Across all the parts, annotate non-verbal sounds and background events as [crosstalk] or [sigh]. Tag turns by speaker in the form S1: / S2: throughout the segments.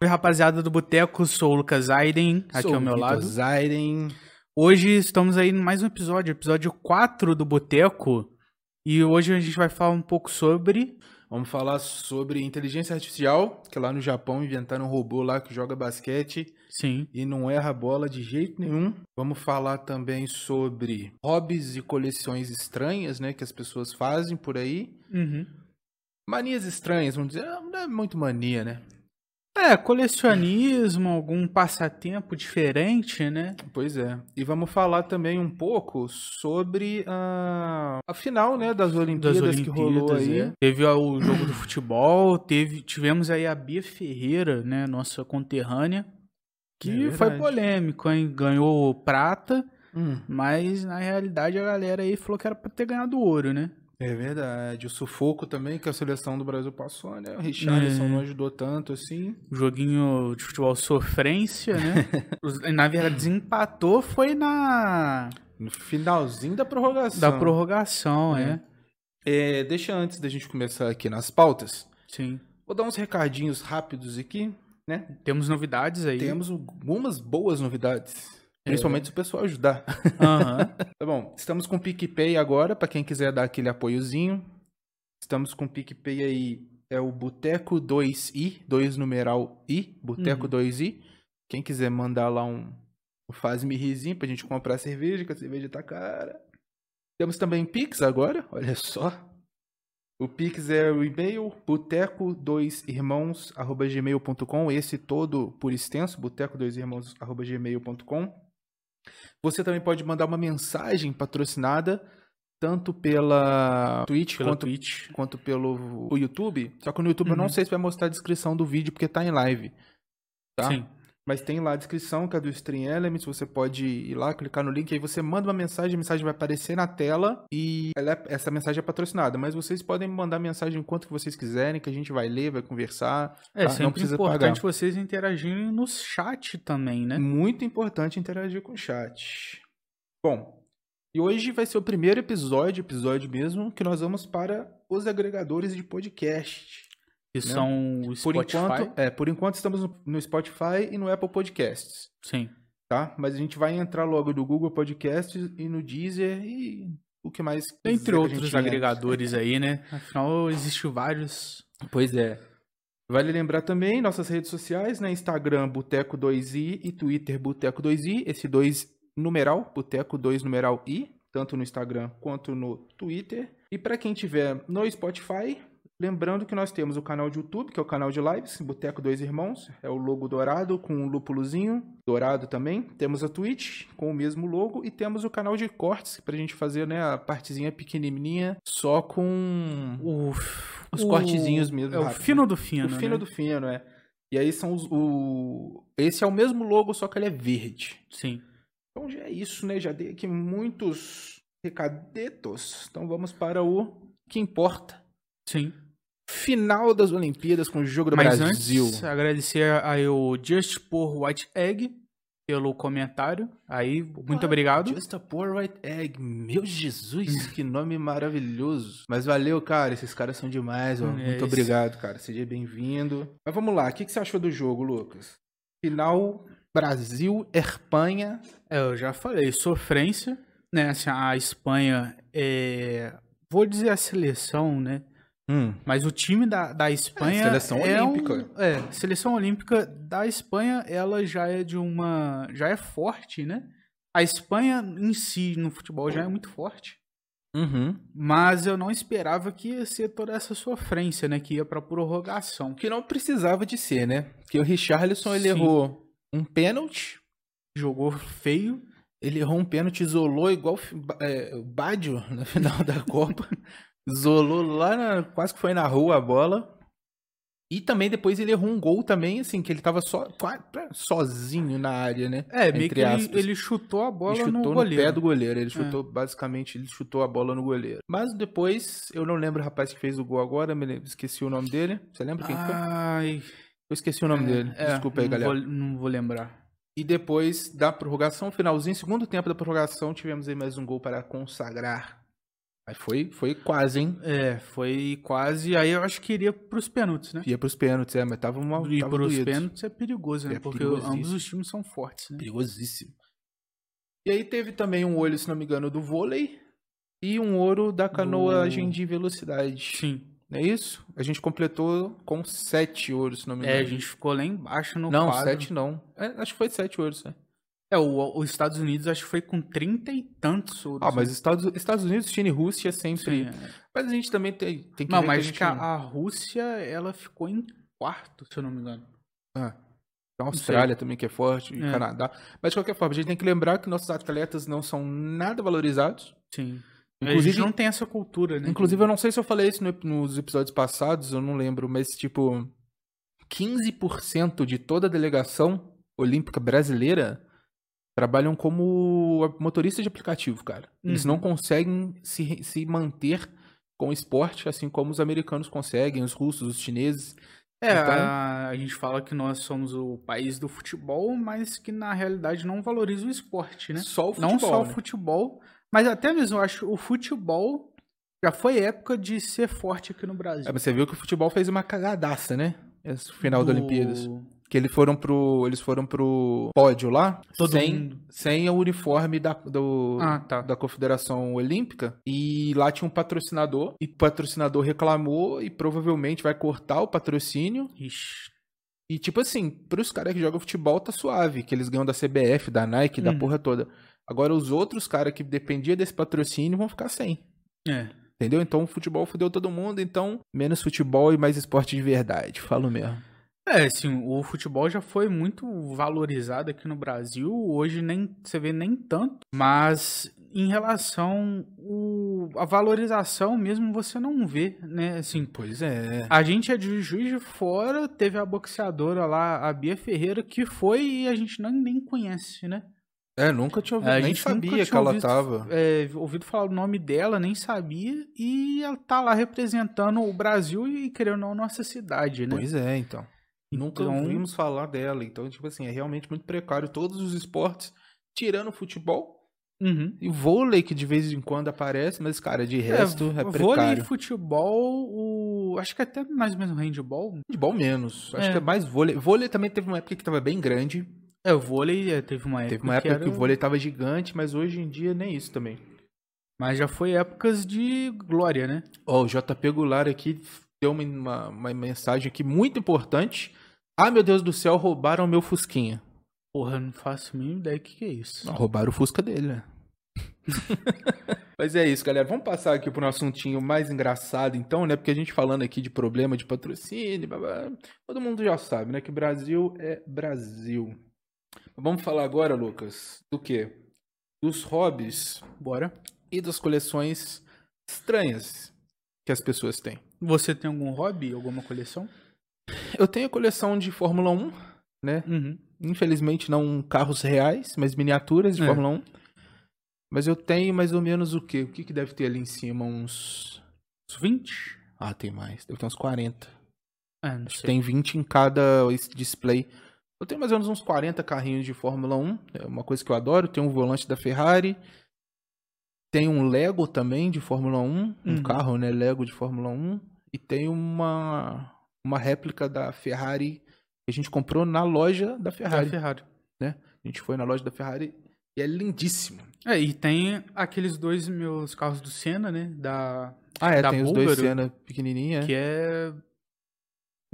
S1: Oi, rapaziada do Boteco, sou o Lucas Aiden, aqui
S2: Sou
S1: ao meu
S2: Vitor
S1: lado.
S2: Zaiden.
S1: Hoje estamos aí em mais um episódio, episódio 4 do Boteco. E hoje a gente vai falar um pouco sobre.
S2: Vamos falar sobre inteligência artificial, que lá no Japão inventaram um robô lá que joga basquete
S1: Sim.
S2: e não erra a bola de jeito nenhum. Vamos falar também sobre hobbies e coleções estranhas, né, que as pessoas fazem por aí. Manias estranhas, vamos dizer, não é muito mania, né?
S1: É, colecionismo, algum passatempo diferente, né?
S2: Pois é. E vamos falar também um pouco sobre a, a final, né, das Olimpíadas, que rolou aí.
S1: é. Teve ó, o jogo do futebol, teve, tivemos aí a Bia Ferreira, né, nossa conterrânea, que
S2: É
S1: foi
S2: verdade.
S1: polêmico, hein? Ganhou prata,
S2: Hum.
S1: mas na realidade a galera aí falou que era pra ter ganhado ouro, né?
S2: É verdade. O sufoco também que a seleção do Brasil passou, né? O Richarlison
S1: É.
S2: não ajudou tanto assim.
S1: joguinho de futebol sofrência,
S2: [laughs]
S1: né? Os- na verdade, desempatou foi na
S2: No finalzinho da prorrogação.
S1: da prorrogação, é.
S2: É, deixa antes da gente começar aqui nas pautas.
S1: Sim.
S2: Vou dar uns recadinhos rápidos aqui, né?
S1: Temos novidades aí.
S2: Temos algumas boas novidades.
S1: É.
S2: Principalmente se o pessoal ajudar.
S1: [laughs] Aham.
S2: Tá bom, estamos com o PicPay agora, pra quem quiser dar aquele apoiozinho. Estamos com o PicPay aí, é o Boteco 2i, 2 numeral i, Boteco
S1: Uhum.
S2: 2i. Quem quiser mandar lá um, um faz-me risinho pra gente comprar cerveja, que a cerveja tá cara. Temos também Pix agora, olha só. O Pix é o e-mail boteco2irmãos.gmail.com, esse todo por extenso, boteco2irmãos.gmail.com. Você também pode mandar uma mensagem patrocinada, tanto pela Twitch
S1: Pela
S2: quanto,
S1: Twitch.
S2: quanto pelo o YouTube. Só que no YouTube eu
S1: Uhum.
S2: não sei se vai mostrar a descrição do vídeo, porque tá em live. Tá?
S1: Sim.
S2: Mas tem lá a descrição, que é do Stream Elements, você pode ir lá, clicar no link, aí você manda uma mensagem, a mensagem vai aparecer na tela e ela é- essa mensagem é patrocinada. Mas vocês podem mandar mensagem quanto que vocês quiserem, que a gente vai ler, vai conversar.
S1: É
S2: Tá,
S1: sempre
S2: não precisa
S1: importante
S2: pagar.
S1: vocês interagirem no chat também, né?
S2: Muito importante interagir com o chat. Bom, e hoje vai ser o primeiro episódio, episódio mesmo, que nós vamos para os agregadores de podcast.
S1: Que são o
S2: Né? Por
S1: Spotify.
S2: enquanto, é, por enquanto estamos no- no Spotify e no Apple Podcasts.
S1: Sim.
S2: tá? Mas a gente vai entrar logo no Google Podcast e no Deezer e o que mais. quiser que
S1: Entre
S2: a
S1: outros
S2: gente é. entre.
S1: agregadores aí,
S2: [laughs]
S1: né? Afinal, existem vários.
S2: Pois é. Vale lembrar também nossas redes sociais, né? Instagram Boteco 2i e Twitter Boteco 2i, esse 2 numeral, Boteco 2 numeral i, tanto no Instagram quanto no Twitter. E para quem tiver no Spotify, lembrando que nós temos o canal de YouTube, que é o canal de lives, Boteco 2 Irmãos, é o logo dourado com um lúpulozinho dourado também. Temos a Twitch com o mesmo logo e temos o canal de cortes pra gente fazer, né, a partezinha pequenininha só com
S1: O,
S2: Os
S1: o-
S2: cortezinhos mesmo,
S1: É o
S2: rápido.
S1: fino do fino.
S2: o fino
S1: né?
S2: do fino, é. E aí são os. O... Esse é o mesmo logo, só que ele é verde.
S1: Sim.
S2: Então já é isso, né? Já dei aqui muitos recadetos. Então vamos para o que importa.
S1: Sim.
S2: Final das Olimpíadas com o jogo do
S1: Mas
S2: Brasil.
S1: antes, agradecer aí o Just por White Egg pelo comentário. Aí, muito
S2: Ah,
S1: obrigado.
S2: Just a poor white egg. Meu
S1: [laughs]
S2: Jesus, que nome maravilhoso. Mas valeu, cara. Esses caras são demais. ó.
S1: É
S2: Muito
S1: isso.
S2: obrigado, cara. Seja bem-vindo. Mas vamos lá. O que que você achou do jogo, Lucas? Final Brasil-Espanha.
S1: É, eu já falei, sofrência, né? Assim, a Espanha é. Vou dizer a seleção, né?
S2: Hum.
S1: Mas o time da, da Espanha.
S2: É, seleção
S1: é um-
S2: olímpica.
S1: é, seleção olímpica da Espanha, ela já é de uma. Já é forte, né? A Espanha em si, no futebol, já é muito forte.
S2: Uhum.
S1: Mas eu não esperava que ia ser toda essa sofrência, né? Que ia pra prorrogação.
S2: Que não precisava de ser, né? Porque o Richarlison ele
S1: Sim.
S2: errou um pênalti.
S1: Jogou feio.
S2: Ele errou um pênalti, isolou igual é, o Badio [laughs] na final da Copa. Isolou lá, na- quase que foi na rua a bola. E também depois ele errou um gol também, assim, que ele tava só, qua- sozinho na área, né?
S1: É, meio
S2: Entre
S1: que ele,
S2: aspas.
S1: ele chutou a bola
S2: Ele
S1: no
S2: chutou no,
S1: goleiro. É.
S2: pé do goleiro. Ele chutou, basicamente, ele chutou a bola no goleiro. Mas depois, eu não lembro o rapaz que fez o gol agora, me lembro- esqueci o nome dele. Você lembra quem foi?
S1: Ai,
S2: Eu esqueci o então. nome dele.
S1: Ah, é,
S2: Desculpa aí,
S1: não
S2: galera.
S1: vou- não vou lembrar.
S2: E depois da prorrogação, finalzinho, segundo tempo da prorrogação, tivemos aí mais um gol para consagrar a Aí foi, foi quase, hein?
S1: É, foi quase. Aí eu acho que iria pros pênaltis, né?
S2: Ia pros pênaltis, é, mas tava uma.
S1: E
S2: tava
S1: pros
S2: doído.
S1: pênaltis é perigoso, né?
S2: É
S1: Porque
S2: perigosíssimo.
S1: ambos os times são fortes, né?
S2: Perigosíssimo. E aí teve também um olho, se não me engano, do vôlei e um ouro da canoa
S1: Do-
S2: Gendi Velocidade.
S1: Sim.
S2: Não é isso? A gente completou com sete ouros, se não me
S1: É,
S2: engano.
S1: a gente ficou lá embaixo no
S2: Não,
S1: quadro.
S2: sete não. É, acho que foi sete ouros, né?
S1: É, o- os Estados Unidos acho que foi com 30 e tantos ouros.
S2: Ah, mas Estados, Estados Unidos, China e Rússia sempre.
S1: Sim, é.
S2: Mas a gente também tem, tem que
S1: Não,
S2: ver
S1: mas
S2: que a
S1: acho
S2: gente
S1: que a,
S2: não-
S1: a Rússia, ela ficou em quarto, se eu não me engano.
S2: Ah, a
S1: sei.
S2: Austrália também que é forte, e
S1: É.
S2: Canadá. Mas de qualquer forma, a gente tem que lembrar que nossos atletas não são nada valorizados.
S1: Sim. Inclusive, a gente
S2: Inclusive,
S1: não tem essa cultura, né?
S2: inclusive eu não sei se eu falei isso no- nos episódios passados, eu não lembro, mas tipo 15% de toda a delegação olímpica brasileira trabalham como motorista de aplicativo, cara. Eles
S1: Uhum.
S2: não conseguem se, se manter com o esporte, assim como os americanos conseguem, os russos, os chineses.
S1: É,
S2: Então-
S1: a, a gente fala que nós somos o país do futebol, mas que na realidade não valoriza o esporte, né?
S2: Só o
S1: não só o
S2: né?
S1: futebol, mas até mesmo eu acho o futebol já foi época de ser forte aqui no Brasil.
S2: É, mas você viu que o futebol fez uma cagadaça, né? Esse final da
S1: Do-
S2: Olimpíadas. Que eles foram pro, eles foram pro pódio lá,
S1: Todo
S2: sem,
S1: mundo.
S2: sem o uniforme da, do,
S1: Ah, tá.
S2: da Confederação Olímpica. E lá tinha um patrocinador, e o patrocinador reclamou e provavelmente vai cortar o patrocínio.
S1: Ixi.
S2: E tipo assim, pros caras que jogam futebol tá suave, que eles ganham da CBF, da Nike, da
S1: Uhum.
S2: porra toda. Agora os outros caras que dependiam desse patrocínio vão ficar sem.
S1: É.
S2: Entendeu? Então o futebol fudeu todo mundo, então menos futebol e mais esporte de verdade, falo mesmo.
S1: É, assim, o futebol já foi muito valorizado aqui no Brasil, hoje nem você vê nem tanto, mas em relação o, a valorização mesmo você não vê, né? Assim,
S2: Pois é.
S1: a gente é de Juiz de Fora, teve a boxeadora lá, a Bia Ferreira, que foi e a gente nem, nem conhece, né?
S2: É, nunca tinha ouvido,
S1: A
S2: nem
S1: gente nunca
S2: sabia que
S1: tinha
S2: ela
S1: ouvido-
S2: tava. né?
S1: É, ouvido falar o nome dela, nem sabia, e ela tá lá representando o Brasil e querendo ou não, nossa cidade, né?
S2: Pois é, então. Nunca
S1: Então-
S2: ouvimos falar dela, então tipo assim, é realmente muito precário todos os esportes, tirando o futebol
S1: Uhum.
S2: e o vôlei que de vez em quando aparece, mas cara, de resto é, precário.
S1: Vôlei, futebol, o... acho que é até mais ou menos um handball.
S2: Futebol menos, acho
S1: É.
S2: que é mais vôlei. Vôlei também teve uma época que tava bem grande,
S1: É, o vôlei é, teve uma época
S2: teve uma época que,
S1: era-
S2: o vôlei tava gigante, mas hoje em dia nem isso também.
S1: Mas já foi épocas de glória, né?
S2: Ó, o JP Goulart aqui deu uma, uma, uma mensagem aqui muito importante. Ah, meu Deus do céu, roubaram meu Fusquinha.
S1: Porra, eu não faço a mínima ideia do que, que é isso.
S2: Roubaram o Fusca dele, né? Mas é isso, galera. Vamos passar aqui para um assuntinho mais engraçado, então, né? Porque a gente falando aqui de problema de patrocínio, blá, blá, todo mundo já sabe, né? Que Brasil é Brasil. Vamos falar agora, Lucas, do quê? Dos hobbies
S1: Bora.
S2: e das coleções estranhas que as pessoas têm.
S1: Você tem algum hobby, alguma coleção?
S2: Eu tenho a coleção de Fórmula 1, né?
S1: Uhum.
S2: Infelizmente não carros reais, mas miniaturas de
S1: É.
S2: Fórmula 1. Mas eu tenho mais ou menos o quê? O que, que deve ter ali em cima? Uns.
S1: Uns 20?
S2: Ah, tem mais. Deve ter uns 40.
S1: É, não
S2: Acho que
S1: sei.
S2: tem 20 em cada esse display. Eu tenho mais ou menos uns 40 carrinhos de Fórmula 1. É uma coisa que eu adoro. Tem um volante da Ferrari. Tem um Lego também de Fórmula 1.
S1: Uhum.
S2: Um carro, né? Lego de Fórmula 1. E tem uma, uma réplica da Ferrari que a gente comprou na loja da
S1: É,
S2: Ferrari.
S1: Ferrari.
S2: A gente foi na loja da Ferrari e é lindíssimo.
S1: É, e tem aqueles dois meus carros do Senna, né? Da...
S2: Ah, é,
S1: Da
S2: tem os dois
S1: Búlgaro?
S2: cena pequenininha.
S1: Que é...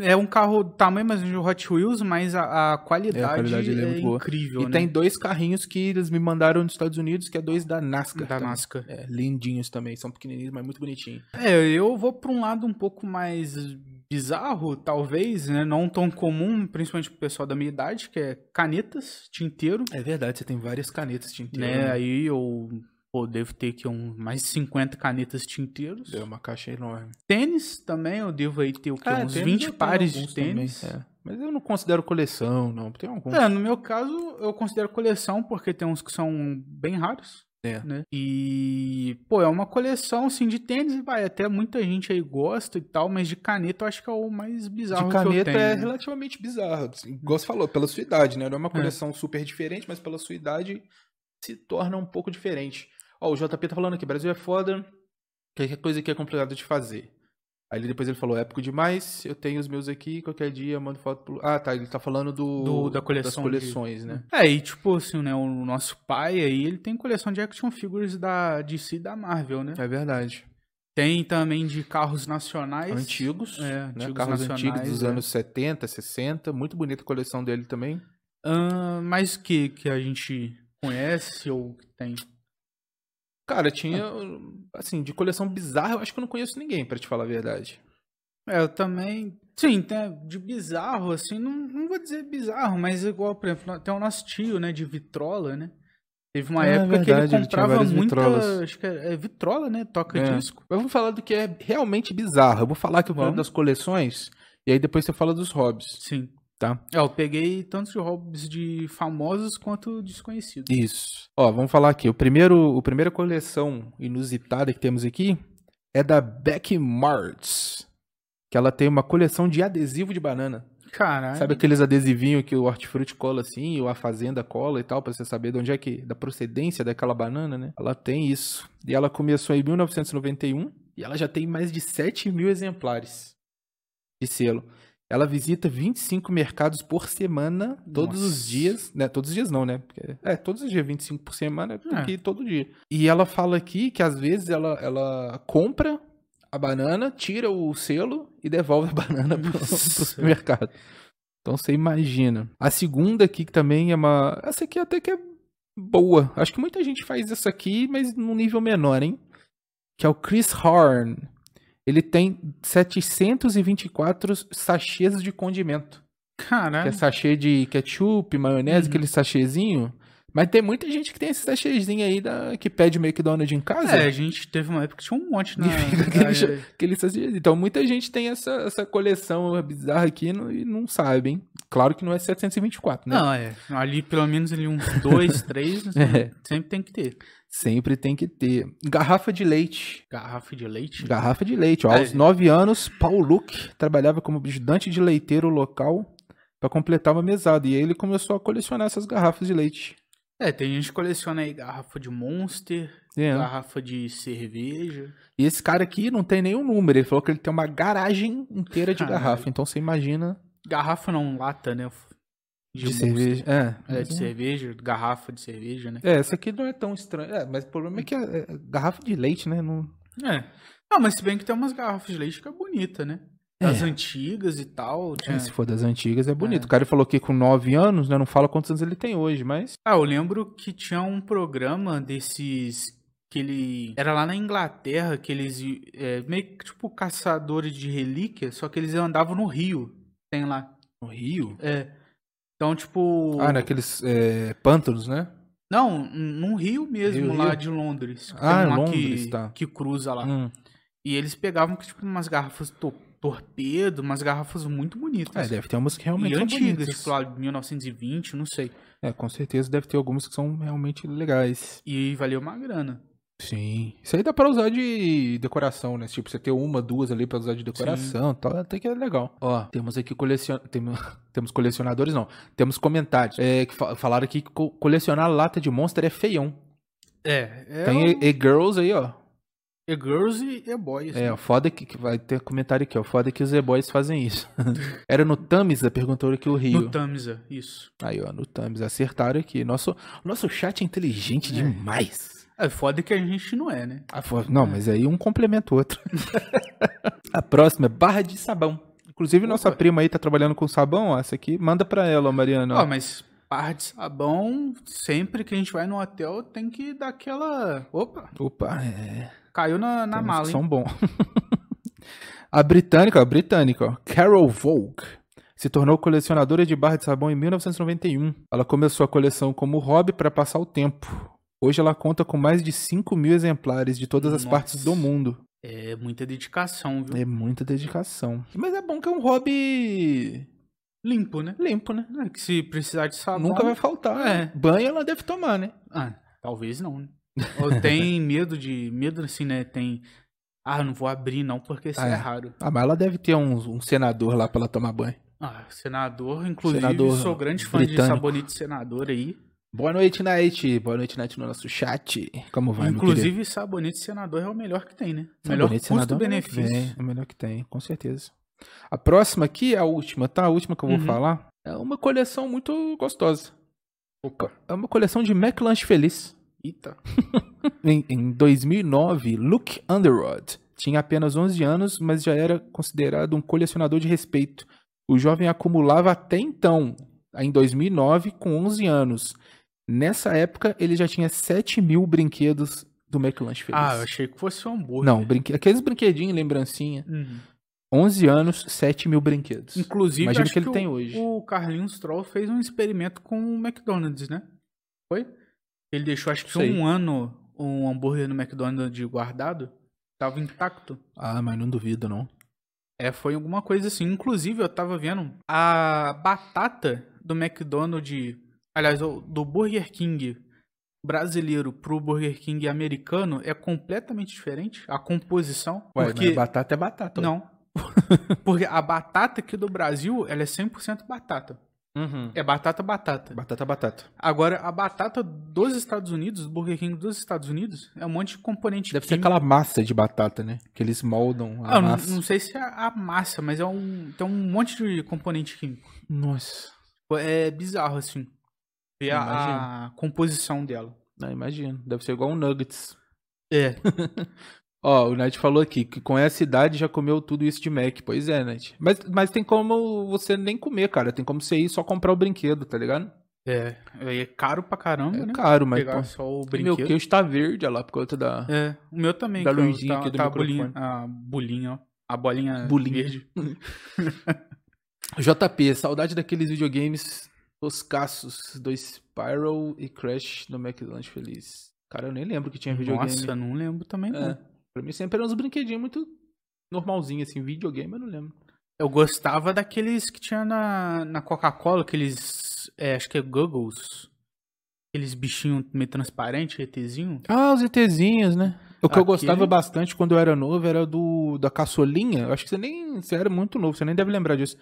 S1: É um carro do tamanho mais ou menos de Hot Wheels, mas a, a qualidade,
S2: É, qualidade, ele é
S1: é,
S2: muito boa.
S1: incrível,
S2: E
S1: né?
S2: tem dois carrinhos que eles me mandaram nos Estados Unidos, que é dois da NASCAR.
S1: da
S2: também.
S1: Nascar.
S2: É, lindinhos também, são pequenininhos, mas muito bonitinhos.
S1: É, eu vou pra um lado um pouco mais bizarro, talvez, né? Não tão comum, principalmente pro pessoal da minha idade, que é canetas, tinteiro,
S2: É verdade, você tem várias canetas de tinteiro.
S1: né? Aí eu pô, devo ter aqui um, mais de 50 canetas tinteiros.
S2: É uma caixa enorme.
S1: Tênis também, eu devo aí ter o
S2: Ah, É,
S1: quê? uns 20 pares de tênis.
S2: Mas eu não considero coleção, É. não. Tem alguns.
S1: É, no meu caso, eu considero coleção, porque tem uns que são bem raros.
S2: É.
S1: Né? E, pô, é uma coleção, assim, de tênis, vai, até muita gente aí gosta e tal, mas de caneta eu acho que é o mais bizarro
S2: de
S1: que eu
S2: caneta
S1: tenho.
S2: é
S1: né?
S2: relativamente bizarro. assim, Igual você falou, pela sua idade, né? Não é uma coleção super diferente, mas pela sua idade se torna um pouco diferente. Ó, o JP tá falando aqui, Brasil é foda. Qualquer coisa que é complicado de fazer. Aí ele- depois ele falou, épico demais, eu tenho os meus aqui, qualquer dia eu mando foto pro... Ah, tá, ele tá falando do...
S1: Do- da coleção
S2: Das coleções, né?
S1: É, e tipo assim, né? O nosso pai aí, ele tem coleção de action figures da DC e da Marvel, né?
S2: É verdade.
S1: Tem também de carros nacionais.
S2: Antigos,
S1: É,
S2: né?
S1: antigos
S2: Carros
S1: nacionais,
S2: antigos dos
S1: é.
S2: anos 70, 60. Muito bonita a coleção dele também.
S1: Ah, mas que, que a gente conhece ou que tem.
S2: Cara, tinha,
S1: Ah.
S2: assim, de coleção bizarra, eu acho que eu não conheço ninguém, pra te falar a verdade.
S1: É, eu também. Sim, tem de bizarro, assim, não, não vou dizer bizarro, mas igual, por exemplo, tem o nosso tio, né, de vitrola, né? Teve uma
S2: Ah, é
S1: época
S2: verdade,
S1: que
S2: ele tinha
S1: ele comprava
S2: várias
S1: muita.
S2: vitrolas.
S1: Acho que é, é vitrola, né? Toca
S2: É.
S1: disco.
S2: Mas vamos falar do que é realmente bizarro. Eu vou falar que eu falo
S1: Vamos.
S2: das coleções, e aí depois você fala dos hobbies.
S1: Sim.
S2: Tá.
S1: É, eu peguei tanto de hobbies de famosos quanto desconhecidos.
S2: Isso. Ó, vamos falar aqui. O primeiro, a primeira coleção inusitada que temos aqui é da Becky Martz. Que ela tem uma coleção de adesivo de banana.
S1: Caralho.
S2: Sabe aqueles adesivinhos que o hortifruti cola assim, ou a fazenda cola e tal, pra você saber de onde é que. da procedência daquela banana, né? Ela tem isso. E ela começou em 1991 e ela já tem mais de 7 mil exemplares de selo. Ela visita 25 mercados por semana, todos os
S1: Nossa.
S2: dias. Né? Todos os dias não, né? Porque, é, todos os dias, 25 por semana, tem
S1: É.
S2: que ir todo dia. E ela fala aqui que às vezes ela, ela compra a banana, tira o selo e devolve a [laughs] banana pro, pro
S1: Nossa.
S2: supermercado. Então você imagina. A segunda aqui, que também é uma. Essa aqui até que é boa. Acho que muita gente faz essa aqui, mas num nível menor, hein? Que é o Chris Horn. Ele tem 724 sachês de condimento. Que é
S1: Caralho.
S2: sachê de ketchup, maionese,
S1: Uhum.
S2: aquele sachêzinho. Mas tem muita gente que tem esse sachêzinho aí da, que pede McDonald's em casa.
S1: É, a gente teve uma época que tinha um monte na.
S2: [laughs] E fica aquele
S1: na-
S2: Aquele sachêzinho. Então muita gente tem essa, essa coleção bizarra aqui e não- e não sabe, hein? Claro que não é 724, né?
S1: Não, é. Ali, pelo menos ali uns dois, três,
S2: [laughs] É.
S1: sempre tem que ter.
S2: Sempre tem que ter. Garrafa de leite.
S1: Garrafa de leite?
S2: Garrafa de leite. ó.
S1: É.
S2: Aos 9 anos, Paul Luke trabalhava como ajudante de leiteiro local para completar uma mesada. E aí ele começou a colecionar essas garrafas de leite.
S1: É, tem gente que coleciona aí garrafa de Monster,
S2: É.
S1: garrafa de cerveja.
S2: E esse cara aqui não tem nenhum número. Ele falou que ele tem uma garagem inteira de
S1: Caralho.
S2: garrafa. Então você imagina
S1: Garrafa não, lata, né?
S2: de,
S1: Monster.
S2: cerveja. É.
S1: É, de cerveja, garrafa de cerveja, né?
S2: É, essa aqui não é tão estranha. É, mas o problema é que é, é garrafa de leite, né? Não...
S1: É. Ah, mas se bem que tem umas garrafas de leite que é bonita, né? As antigas e tal. tinha-
S2: É. Se for das antigas, é bonito. O cara falou que com 9 anos, né? Não fala quantos anos ele tem hoje, mas.
S1: Ah, eu lembro que tinha um programa desses que ele era lá na Inglaterra que eles é, meio que tipo caçadores de relíquias, só que eles andavam no rio. Tem lá.
S2: No Rio?
S1: É. Então, tipo,
S2: Ah, naqueles é, pântanos, né?
S1: não, num rio mesmo
S2: Rio,
S1: lá
S2: rio?
S1: de Londres. que
S2: Ah,
S1: tem um lá
S2: Londres,
S1: que,
S2: tá.
S1: que cruza lá.
S2: Hum.
S1: E eles pegavam tipo umas garrafas to- torpedo, umas garrafas muito
S2: É,
S1: bonitas.
S2: deve ter umas que realmente
S1: e
S2: são
S1: antigas,
S2: bonitas.
S1: tipo lá de 1920, não sei.
S2: É, com certeza deve ter algumas que são realmente legais.
S1: E valeu uma grana.
S2: Sim. Isso aí dá pra usar de decoração, né? Tipo, você ter uma, duas ali pra usar de decoração e tal. Até que é legal. Ó, temos aqui colecion... tem- [laughs] temos colecionadores, não. Temos comentários. É, que fa- falaram aqui que co- colecionar lata de Monster é feião.
S1: É, é
S2: Tem
S1: o-
S2: e- e-girls aí, ó.
S1: é girls e é boys.
S2: É, ó, foda que, que vai ter comentário aqui, ó. Foda é que os e-boys fazem isso. [laughs] Era no Tamisa, perguntou aqui o Rio.
S1: No Tamisa, isso.
S2: Aí, ó, no Thumbs, acertaram aqui. Nosso, nosso chat é inteligente demais.
S1: É foda que a gente não é, né?
S2: Ah, fo- Não, mas aí um complementa o outro. [laughs] a próxima é barra de sabão. Inclusive, nossa
S1: Opa.
S2: prima aí tá trabalhando com sabão, ó, essa aqui. Manda pra ela, ó, Mariana.
S1: Ó,
S2: ó.
S1: mas barra de sabão, sempre que a gente vai no hotel, tem que dar aquela. Opa,
S2: Opa, é.
S1: caiu na, na
S2: temos
S1: mala,
S2: que
S1: hein?
S2: São bom. [laughs] a britânica, ó, a britânica, ó, Carol Vogue. Se tornou colecionadora de barra de sabão em 1991. Ela começou a coleção como hobby para passar o tempo. Hoje ela conta com mais de 5 mil exemplares de todas as
S1: Nossa.
S2: partes do mundo.
S1: É muita dedicação, viu?
S2: É muita dedicação. Mas é bom que é um hobby
S1: Limpo, né?
S2: limpo, né?
S1: É que se precisar de sabão.
S2: Nunca vai faltar.
S1: É.
S2: né? Banho ela deve tomar, né?
S1: Ah, talvez não, né? Ou tem medo de. Medo assim, né? Tem. Ah, não vou abrir não, porque isso
S2: Ah,
S1: é.
S2: é.
S1: raro.
S2: Ah, mas ela deve ter uns- um, senador lá pra ela tomar banho.
S1: Ah, senador, inclusive,
S2: Senador
S1: sou grande fã
S2: britânico.
S1: de sabonete senador aí.
S2: Boa noite, Night. Boa noite, Night, no nosso chat. Como vai, meu
S1: Inclusive, sabonete senador é o melhor que tem, né?
S2: querido?
S1: melhor
S2: Sabonete senador é o melhor que
S1: custo-benefício.
S2: tem, É o melhor que tem, com certeza. A próxima aqui é a última, tá? A última que eu vou
S1: Uhum.
S2: falar. É uma coleção muito gostosa.
S1: Opa.
S2: É uma coleção de McLanche Feliz.
S1: Eita.
S2: [laughs] Em, em 2009, Luke Underwood tinha apenas 11 anos, mas já era considerado um colecionador de respeito. O jovem acumulava até então, em 2009, com 11 anos. Nessa época, ele já tinha 7 mil brinquedos do McLanche Feliz.
S1: Ah, eu achei que fosse um hambúrguer.
S2: Não, brinque... aqueles brinquedinhos, lembrancinha.
S1: Uhum.
S2: 11 anos, 7 mil brinquedos.
S1: Inclusive,
S2: Imagina
S1: acho
S2: o que ele
S1: o,
S2: tem hoje.
S1: o Carlinhos Troll fez um experimento com o McDonald's, né? Foi? Ele deixou, acho que
S2: Sei.
S1: um ano, um hambúrguer no McDonald's guardado. Tava intacto.
S2: Ah, mas não duvido, não.
S1: É, foi alguma coisa assim. Inclusive, eu tava vendo a batata do McDonald's, aliás, o- do Burger King brasileiro pro Burger King americano é completamente diferente. A composição.
S2: Ué,
S1: porque...
S2: mas batata é batata.
S1: Não. [laughs] Porque a batata aqui do Brasil, ela é 100% batata.
S2: Uhum.
S1: É batata, batata.
S2: Batata, batata.
S1: Agora, a batata dos Estados Unidos, do Burger King dos Estados Unidos, é um monte de componente
S2: Deve ser
S1: químico.
S2: aquela massa de batata, né? Que eles moldam a
S1: Ah, eu não,
S2: massa.
S1: não sei se é a massa, mas é um, tem um monte de componente químico.
S2: Nossa,
S1: É bizarro, assim, ver a, a composição dela.
S2: não Ah, imagino. Deve ser igual um nuggets.
S1: É.
S2: Ó, o Night falou aqui que com essa idade já comeu tudo isso de Mac. Pois é, Night. Mas, mas tem como você nem comer, cara. Tem como você ir só comprar o brinquedo, tá ligado?
S1: É, é caro pra caramba,
S2: É
S1: né?
S2: caro, mas
S1: Pegar
S2: pô,
S1: só o
S2: meu
S1: brinquedo.
S2: queijo tá verde, olha lá, por conta da
S1: É, o meu também.
S2: Da
S1: que eu-
S2: luzinha
S1: tá,
S2: aqui do
S1: tá a
S2: microfone.
S1: bolinha, a bolinha, ó. A bolinha
S2: bolinha.
S1: verde.
S2: JP, saudade daqueles videogames toscaços do Spiral e Crash no McDonald's Feliz. Cara, eu nem lembro que tinha videogame.
S1: Nossa, não lembro também não.
S2: É. Pra mim sempre eram uns brinquedinhos muito normalzinhos, assim, videogame, eu não lembro.
S1: Eu gostava daqueles que tinha na, na Coca-Cola, aqueles. é, acho que é Goggles. Aqueles bichinhos meio transparente, ETzinho.
S2: Ah, os ETzinhos, né? O que eu
S1: Aquele-
S2: gostava bastante quando eu era novo era do da caçolinha. Eu acho que você nem. Você era muito novo, você nem deve lembrar disso.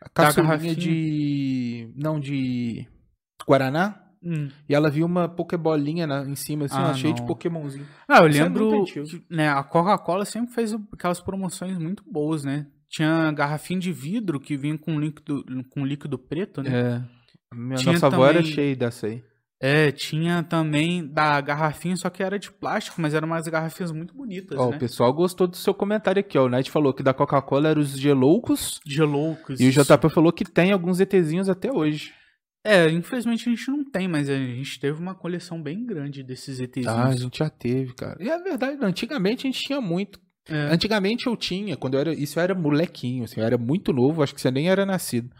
S2: A caçolinha
S1: garrafinha.
S2: de. Não, de. Guaraná.
S1: Hum.
S2: E ela viu uma pokebolinha na- em cima, assim, ó,
S1: Ah,
S2: cheia de
S1: não.
S2: pokémonzinho.
S1: Ah, eu
S2: Isso é
S1: lembro.
S2: muito antigo.
S1: que, né, a Coca-Cola sempre fez aquelas promoções muito boas, né? Tinha garrafinha de vidro que vinha com líquido, com líquido preto, né?
S2: É. A minha
S1: Tinha
S2: nossa avó era
S1: também-
S2: cheia dessa aí.
S1: É, tinha também da garrafinha, só que era de plástico, mas eram umas garrafinhas muito bonitas,
S2: Ó,
S1: né?
S2: o pessoal gostou do seu comentário aqui, ó. O Night falou que da Coca-Cola eram os geloucos.
S1: De loucos.
S2: E o JP falou que tem alguns ETzinhos até hoje.
S1: É, infelizmente a gente não tem, mas a gente teve uma coleção bem grande desses ETs.
S2: Ah, a gente já teve, cara. E é verdade, antigamente a gente tinha muito.
S1: É.
S2: Antigamente eu tinha, quando eu era. Isso eu era molequinho, assim, eu era muito novo, acho que você nem era nascido.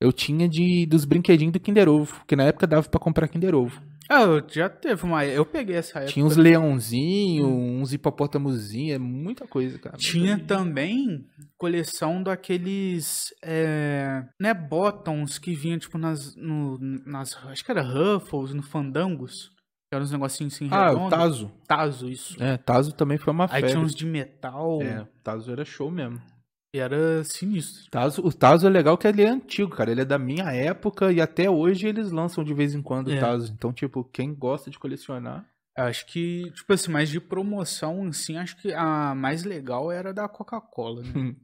S2: Eu tinha de dos brinquedinhos do Kinder Ovo, que na época dava pra comprar Kinder Ovo.
S1: Ah, eu já teve uma. Eu peguei essa época.
S2: Tinha uns leãozinhos, uns hipopotamozinhos, é muita coisa, cara.
S1: Tinha também coleção daqueles. É, né, bottoms que vinham, tipo, nas. No, nas acho que era Ruffles, no Fandangos. Que eram uns negocinhos assim
S2: Ah, o
S1: redondos.
S2: Tazo.
S1: Tazo, isso.
S2: É, Tazo também foi uma
S1: Aí
S2: febre.
S1: tinha uns de metal.
S2: É, o Tazo era show mesmo.
S1: E era sinistro.
S2: Tazo, o Tazo é legal que ele é antigo, cara. Ele é da minha época e até hoje eles lançam de vez em quando o
S1: É.
S2: Tazo. Então, tipo, quem gosta de colecionar.
S1: Acho que, tipo assim, mas de promoção, assim, acho que a mais legal era da Coca-Cola, né?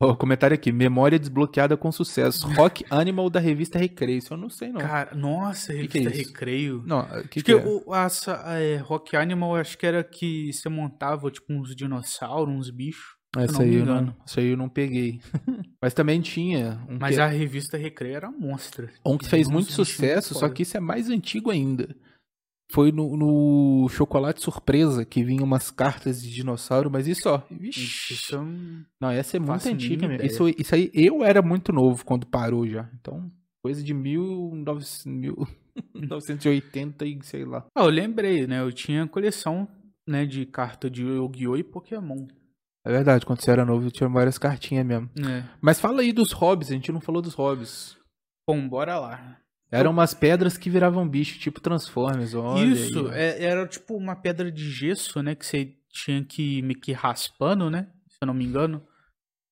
S2: Ó, comentário aqui: memória desbloqueada com sucesso. Rock Animal da revista Recreio. Isso eu não sei, não.
S1: Cara, nossa,
S2: que é
S1: revista
S2: isso?
S1: Recreio.
S2: Não, o que,
S1: Acho
S2: que
S1: que
S2: é?
S1: o, essa, é, Rock Animal, acho que era que você montava, tipo, uns dinossauros, uns bichos.
S2: Ah, Isso
S1: não
S2: aí,
S1: me
S2: eu não,
S1: engano.
S2: isso aí eu não peguei. [laughs] Mas também tinha um,
S1: Mas
S2: que,
S1: a revista Recreio era monstra.
S2: um que fez
S1: Uns
S2: muito
S1: bichinhos
S2: sucesso, só
S1: foda.
S2: que isso é mais antigo ainda. Foi no, no Chocolate Surpresa que vinha umas cartas de dinossauro, mas isso, ó.
S1: Ixi,
S2: Vixe,
S1: isso é um-
S2: Não, essa é muito
S1: Faço a
S2: antiga,
S1: mínima
S2: meu.
S1: ideia.
S2: Isso, isso aí, eu era muito novo quando parou já. Então, coisa de 1900, [laughs] 1980 e sei lá.
S1: Ah, eu lembrei, né? Eu tinha coleção, né, de carta de Yu-Gi-Oh! e Pokémon,
S2: É verdade, quando você era novo, eu tinha várias cartinhas mesmo.
S1: né?
S2: Mas fala aí dos hobbies, a gente não falou dos hobbies.
S1: Bom, bora lá.
S2: Eram umas pedras que viravam bicho, tipo Transformers, olha
S1: Isso,
S2: aí.
S1: é- era tipo uma pedra de gesso, né? Que você tinha que ir meio que raspando, né? Se eu não me engano.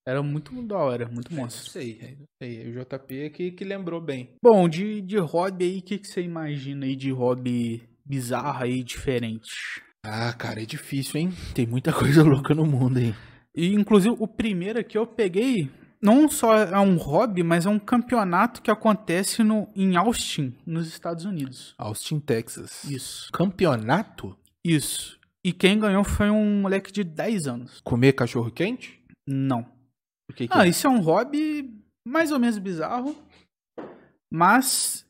S1: Era muito da hora, muito
S2: É, Não
S1: monstro.
S2: sei, aí não sei. Aí O JP que, que lembrou bem.
S1: Bom, de, de hobby aí, o que, que você imagina aí de hobby bizarro aí, diferente?
S2: Ah, cara, é difícil, hein? Tem muita [laughs] coisa louca no mundo, hein?
S1: E, inclusive, o primeiro aqui eu peguei, não só é um hobby, mas é um campeonato que acontece no, em Austin, nos Estados Unidos.
S2: Austin, Texas.
S1: Isso.
S2: Campeonato?
S1: Isso. E quem ganhou foi um moleque de 10 anos.
S2: Comer cachorro quente?
S1: Não.
S2: O que, que
S1: Ah,
S2: é?
S1: isso é um hobby mais ou menos bizarro. Mas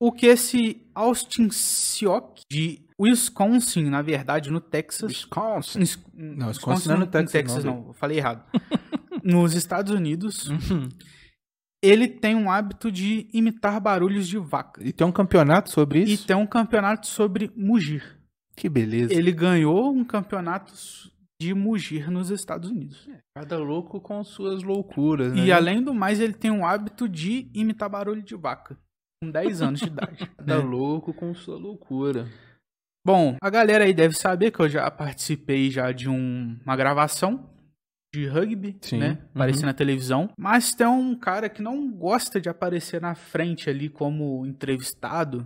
S1: o que esse Austin Seok de Wisconsin, na verdade, no Texas.
S2: Wisconsin.
S1: Ins-
S2: Não, Wisconsin não é no Texas, não,
S1: não, falei errado. [laughs] Nos Estados Unidos,
S2: Uhum.
S1: ele tem um hábito de imitar barulhos de vaca.
S2: E tem um campeonato sobre
S1: E
S2: isso?
S1: tem um campeonato sobre mugir.
S2: Que beleza.
S1: Ele ganhou um campeonato de mugir nos Estados Unidos.
S2: Cada louco com suas loucuras, né?
S1: E além do mais, ele tem um hábito de imitar barulho de vaca. Com 10 anos de [laughs] idade.
S2: Cada
S1: né?
S2: louco com sua loucura.
S1: Bom, a galera aí deve saber que eu já participei já de um- uma gravação de rugby,
S2: Sim,
S1: né?
S2: uhum.
S1: Aparecer na televisão. Mas tem um cara que não gosta de aparecer na frente ali como entrevistado.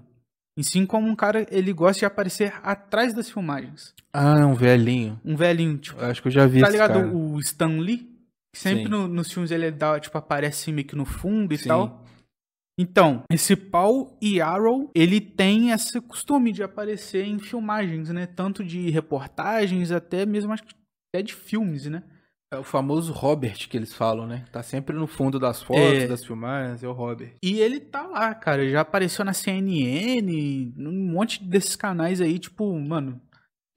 S1: E sim como um cara, ele gosta de aparecer atrás das filmagens.
S2: Ah, é um velhinho.
S1: Um velhinho, tipo,
S2: Eu Acho que eu já vi
S1: tá
S2: esse
S1: ligado?
S2: cara.
S1: O Stan Lee, que sempre
S2: Sim.
S1: no- nos filmes ele dá, tipo, aparece meio que no fundo e
S2: Sim.
S1: tal. Então, esse Paul e Arrow, ele tem esse costume de aparecer em filmagens, né? Tanto de reportagens, até mesmo acho que até de filmes, né?
S2: É o famoso Robert que eles falam, né? Tá sempre no fundo das fotos,
S1: É.
S2: das filmagens, é o Robert.
S1: E ele tá lá, cara. Já apareceu na CNN, num monte desses canais aí, tipo, mano,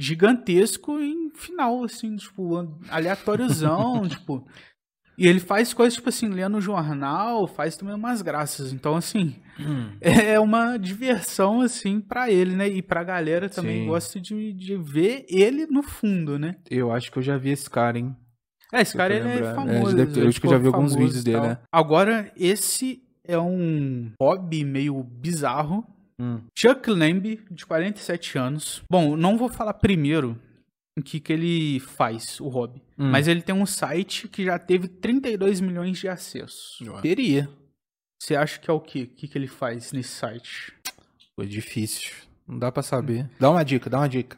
S1: gigantesco em final, assim, tipo, an-
S2: [laughs]
S1: aleatóriozão, tipo. E ele faz coisas, tipo assim, lendo jornal, faz também umas graças. Então, assim, [laughs]
S2: Hum.
S1: é uma diversão, assim, pra ele, né? E pra galera também
S2: Sim.
S1: gosta de, de ver ele no fundo, né?
S2: Eu acho que eu já vi esse cara, hein?
S1: É, esse
S2: Eu
S1: cara
S2: tô
S1: ele é
S2: lembrando. É,
S1: famoso.
S2: ele deve- eu
S1: ele
S2: acho que eu já
S1: ficou
S2: vi alguns
S1: famoso
S2: vídeos
S1: e
S2: dele,
S1: tal.
S2: né?
S1: Agora, esse é um hobby meio bizarro.
S2: Hum.
S1: Chuck Lamb, de 47 anos. Bom, não vou falar primeiro o que, que ele faz, o hobby.
S2: Hum.
S1: Mas ele tem um site que já teve 32 milhões de acessos.
S2: Teria.
S1: Você acha que é o quê? O que, que ele faz nesse site?
S2: Foi é difícil. Não dá pra saber. Hum. Dá uma dica, dá uma dica.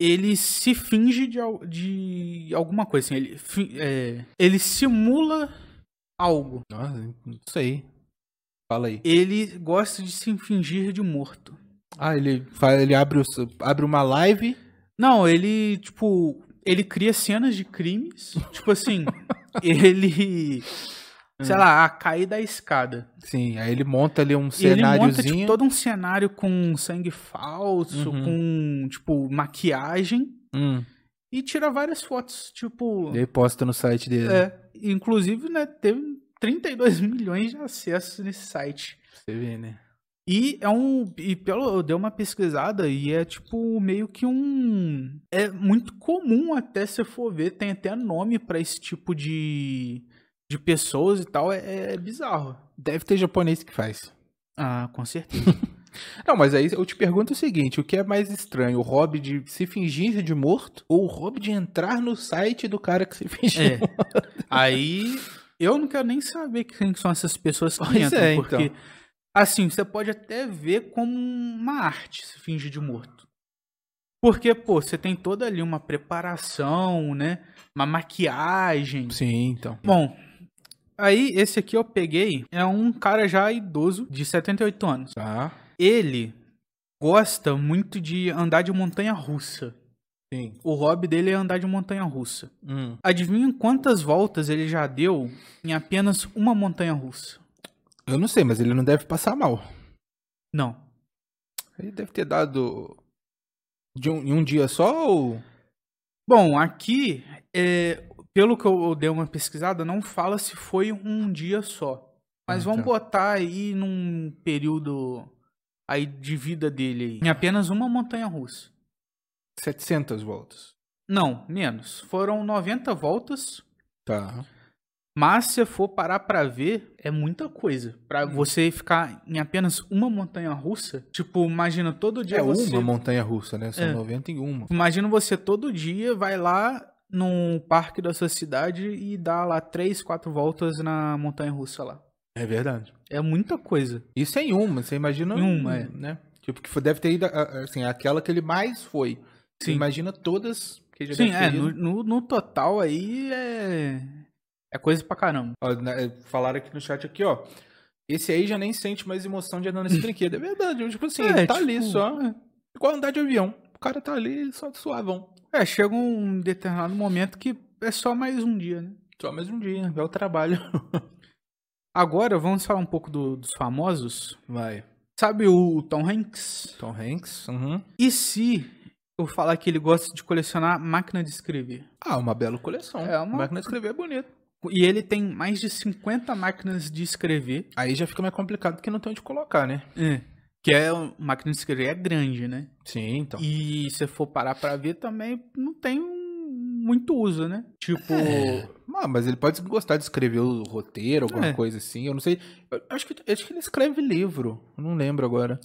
S1: Ele se finge de, al- de alguma coisa. Assim, ele, fi- é, ele simula algo.
S2: Nossa, não sei. Fala aí.
S1: Ele gosta de se fingir de morto.
S2: Ah, ele, fa- ele abre, os- abre uma live.
S1: Não, ele, tipo, ele cria cenas de crimes. tipo
S2: [laughs]
S1: assim, ele. Sei lá, ah, cai da escada.
S2: Sim, aí ele monta ali um
S1: E ele monta
S2: cenáriozinho.
S1: tipo, todo um cenário com sangue falso,
S2: Uhum.
S1: com, tipo, maquiagem.
S2: Hum.
S1: E tira várias fotos. Tipo.
S2: E aí posta no site dele.
S1: É, inclusive, né, teve 32 [laughs] milhões de acessos nesse site.
S2: Você vê, né?
S1: E é um. E pelo, eu dei uma pesquisada e é tipo meio que um. É muito comum até se for ver, tem até nome pra esse tipo de. de pessoas e tal. É, é bizarro.
S2: Deve ter japonês que faz.
S1: Ah, com certeza.
S2: Não, mas aí eu te pergunto o seguinte: o que é mais estranho? O hobby de se fingir de morto ou o hobby de entrar no site do cara que se fingiu? [laughs]
S1: É. Aí eu não quero nem saber quem são essas pessoas que
S2: Pois
S1: entram,
S2: é,
S1: porque.
S2: então.
S1: Assim, você pode até ver como uma arte se finge de morto. Porque, pô, você tem toda ali uma preparação, né? Uma maquiagem.
S2: Sim, então.
S1: Bom, aí esse aqui eu peguei é um cara já idoso de 78 anos.
S2: Tá.
S1: Ele gosta muito de andar de montanha russa.
S2: Sim.
S1: O hobby dele é andar de montanha russa.
S2: Hum.
S1: Adivinha quantas voltas ele já deu em apenas uma montanha russa?
S2: Eu não sei, mas ele não deve passar mal.
S1: Não.
S2: Ele deve ter dado. De um, em um dia só ou.
S1: Bom, aqui, é, pelo que eu eu dei uma pesquisada, não fala se foi um dia só. Mas
S2: Ah,
S1: vamos
S2: tá.
S1: botar aí num período aí de vida dele aí, em apenas uma montanha russa.
S2: 700 voltas.
S1: Não, menos. Foram 90 voltas,
S2: Tá.
S1: mas se for parar pra ver, é muita coisa. Pra
S2: Hum.
S1: você ficar em apenas uma montanha russa, tipo, imagina todo dia
S2: É
S1: você
S2: uma montanha russa, né? São
S1: É.
S2: 91.
S1: Imagina você todo dia vai lá num parque da sua cidade e dá lá três, quatro voltas na montanha russa lá.
S2: É verdade.
S1: É muita coisa.
S2: Isso é em uma, você imagina
S1: Em uma, é.
S2: né? Tipo, que foi- deve ter ido, a- a- assim, aquela que ele mais foi. Você
S1: Sim.
S2: imagina todas que ele já
S1: Sim,
S2: deve
S1: é,
S2: ter ido.
S1: no, no, no total aí é. É coisa pra caramba.
S2: Ó, na- falaram aqui no chat aqui, ó. Esse aí já nem sente mais emoção de andar
S1: [laughs]
S2: nesse brinquedo. É verdade, tipo assim,
S1: É,
S2: ele tá
S1: tipo,
S2: ali só. Igual andar de avião. O cara tá ali só suavão.
S1: É, chega um determinado momento que é só mais um dia, né?
S2: Só mais um dia, vai ao trabalho.
S1: Agora vamos falar um pouco do- dos famosos.
S2: Vai.
S1: Sabe o Tom Hanks?
S2: Tom Hanks. uhum.
S1: E se eu falar que ele gosta de colecionar máquina de escrever?
S2: Ah, uma bela coleção.
S1: É uma-
S2: Máquina de escrever é bonita.
S1: E ele tem mais de 50 máquinas de escrever.
S2: Aí já fica mais complicado porque não tem onde colocar, né?
S1: É. Que é máquina de escrever é grande, né?
S2: Sim, então.
S1: E se for parar pra ver também não tem um- muito uso, né? Tipo,
S2: Ah, mas ele pode gostar de escrever o roteiro, alguma
S1: É.
S2: coisa assim. Eu não sei. Eu acho, que, acho que ele escreve livro. Eu não lembro agora.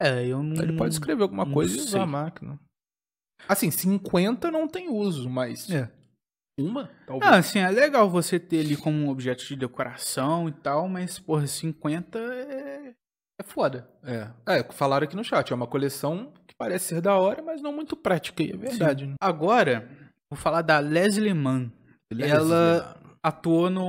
S1: é, eu não
S2: Ele pode escrever alguma
S1: não
S2: coisa e usar
S1: sei.
S2: a máquina. Assim, 50 não tem uso, mas.
S1: É.
S2: Uma?
S1: Ah, assim, é legal você ter ele como um objeto de decoração e tal, mas, porra, 50 é, é foda.
S2: É. é, falaram aqui no chat. É uma coleção que parece ser da hora, mas não muito prática. e É verdade, né?
S1: Agora, vou falar da Leslie Mann.
S2: é
S1: Ela- Atuou no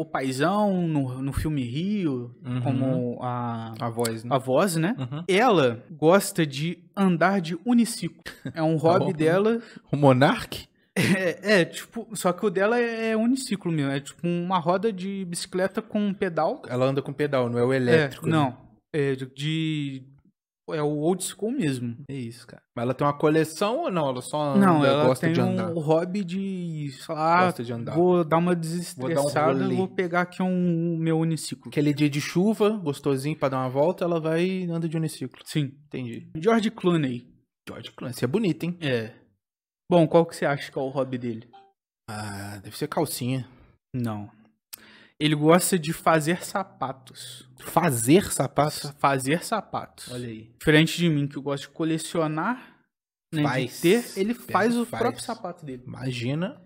S1: O Paizão, no, no filme Rio,
S2: Uhum.
S1: como a,
S2: A voz, né?
S1: a voz, né?
S2: Uhum.
S1: Ela gosta de andar de uniciclo. É
S2: [laughs]
S1: um hobby
S2: Tá bom.
S1: dela.
S2: O Monark?
S1: É, é, tipo, só que o dela é uniciclo mesmo. É tipo uma roda de bicicleta com um pedal.
S2: Ela anda com pedal, não é o
S1: É,
S2: elétrico. né?
S1: não. É de, de- É o old school mesmo.
S2: É isso, cara. Mas ela tem uma coleção ou não? Ela só anda,
S1: Não, ela
S2: gosta
S1: tem
S2: de andar.
S1: um hobby de, sei lá,
S2: Gosta de andar.
S1: vou dar uma desestressada,
S2: rolê.
S1: vou, pegar aqui um meu uniciclo.
S2: Aquele dia de chuva, gostosinho pra dar uma volta, ela vai e anda de uniciclo.
S1: Sim.
S2: Entendi.
S1: George Clooney.
S2: George Clancy é bonito, hein?
S1: É. Bom, qual que você acha que é o hobby dele?
S2: Ah, deve ser calcinha.
S1: Não. Ele gosta de fazer sapatos.
S2: Fazer sapato?
S1: Fazer sapatos.
S2: Olha aí.
S1: Diferente de mim, que eu gosto de colecionar, né, de
S2: Faz.
S1: ter, ele
S2: Pega
S1: faz
S2: e
S1: o
S2: faz.
S1: próprio sapato dele.
S2: Imagina.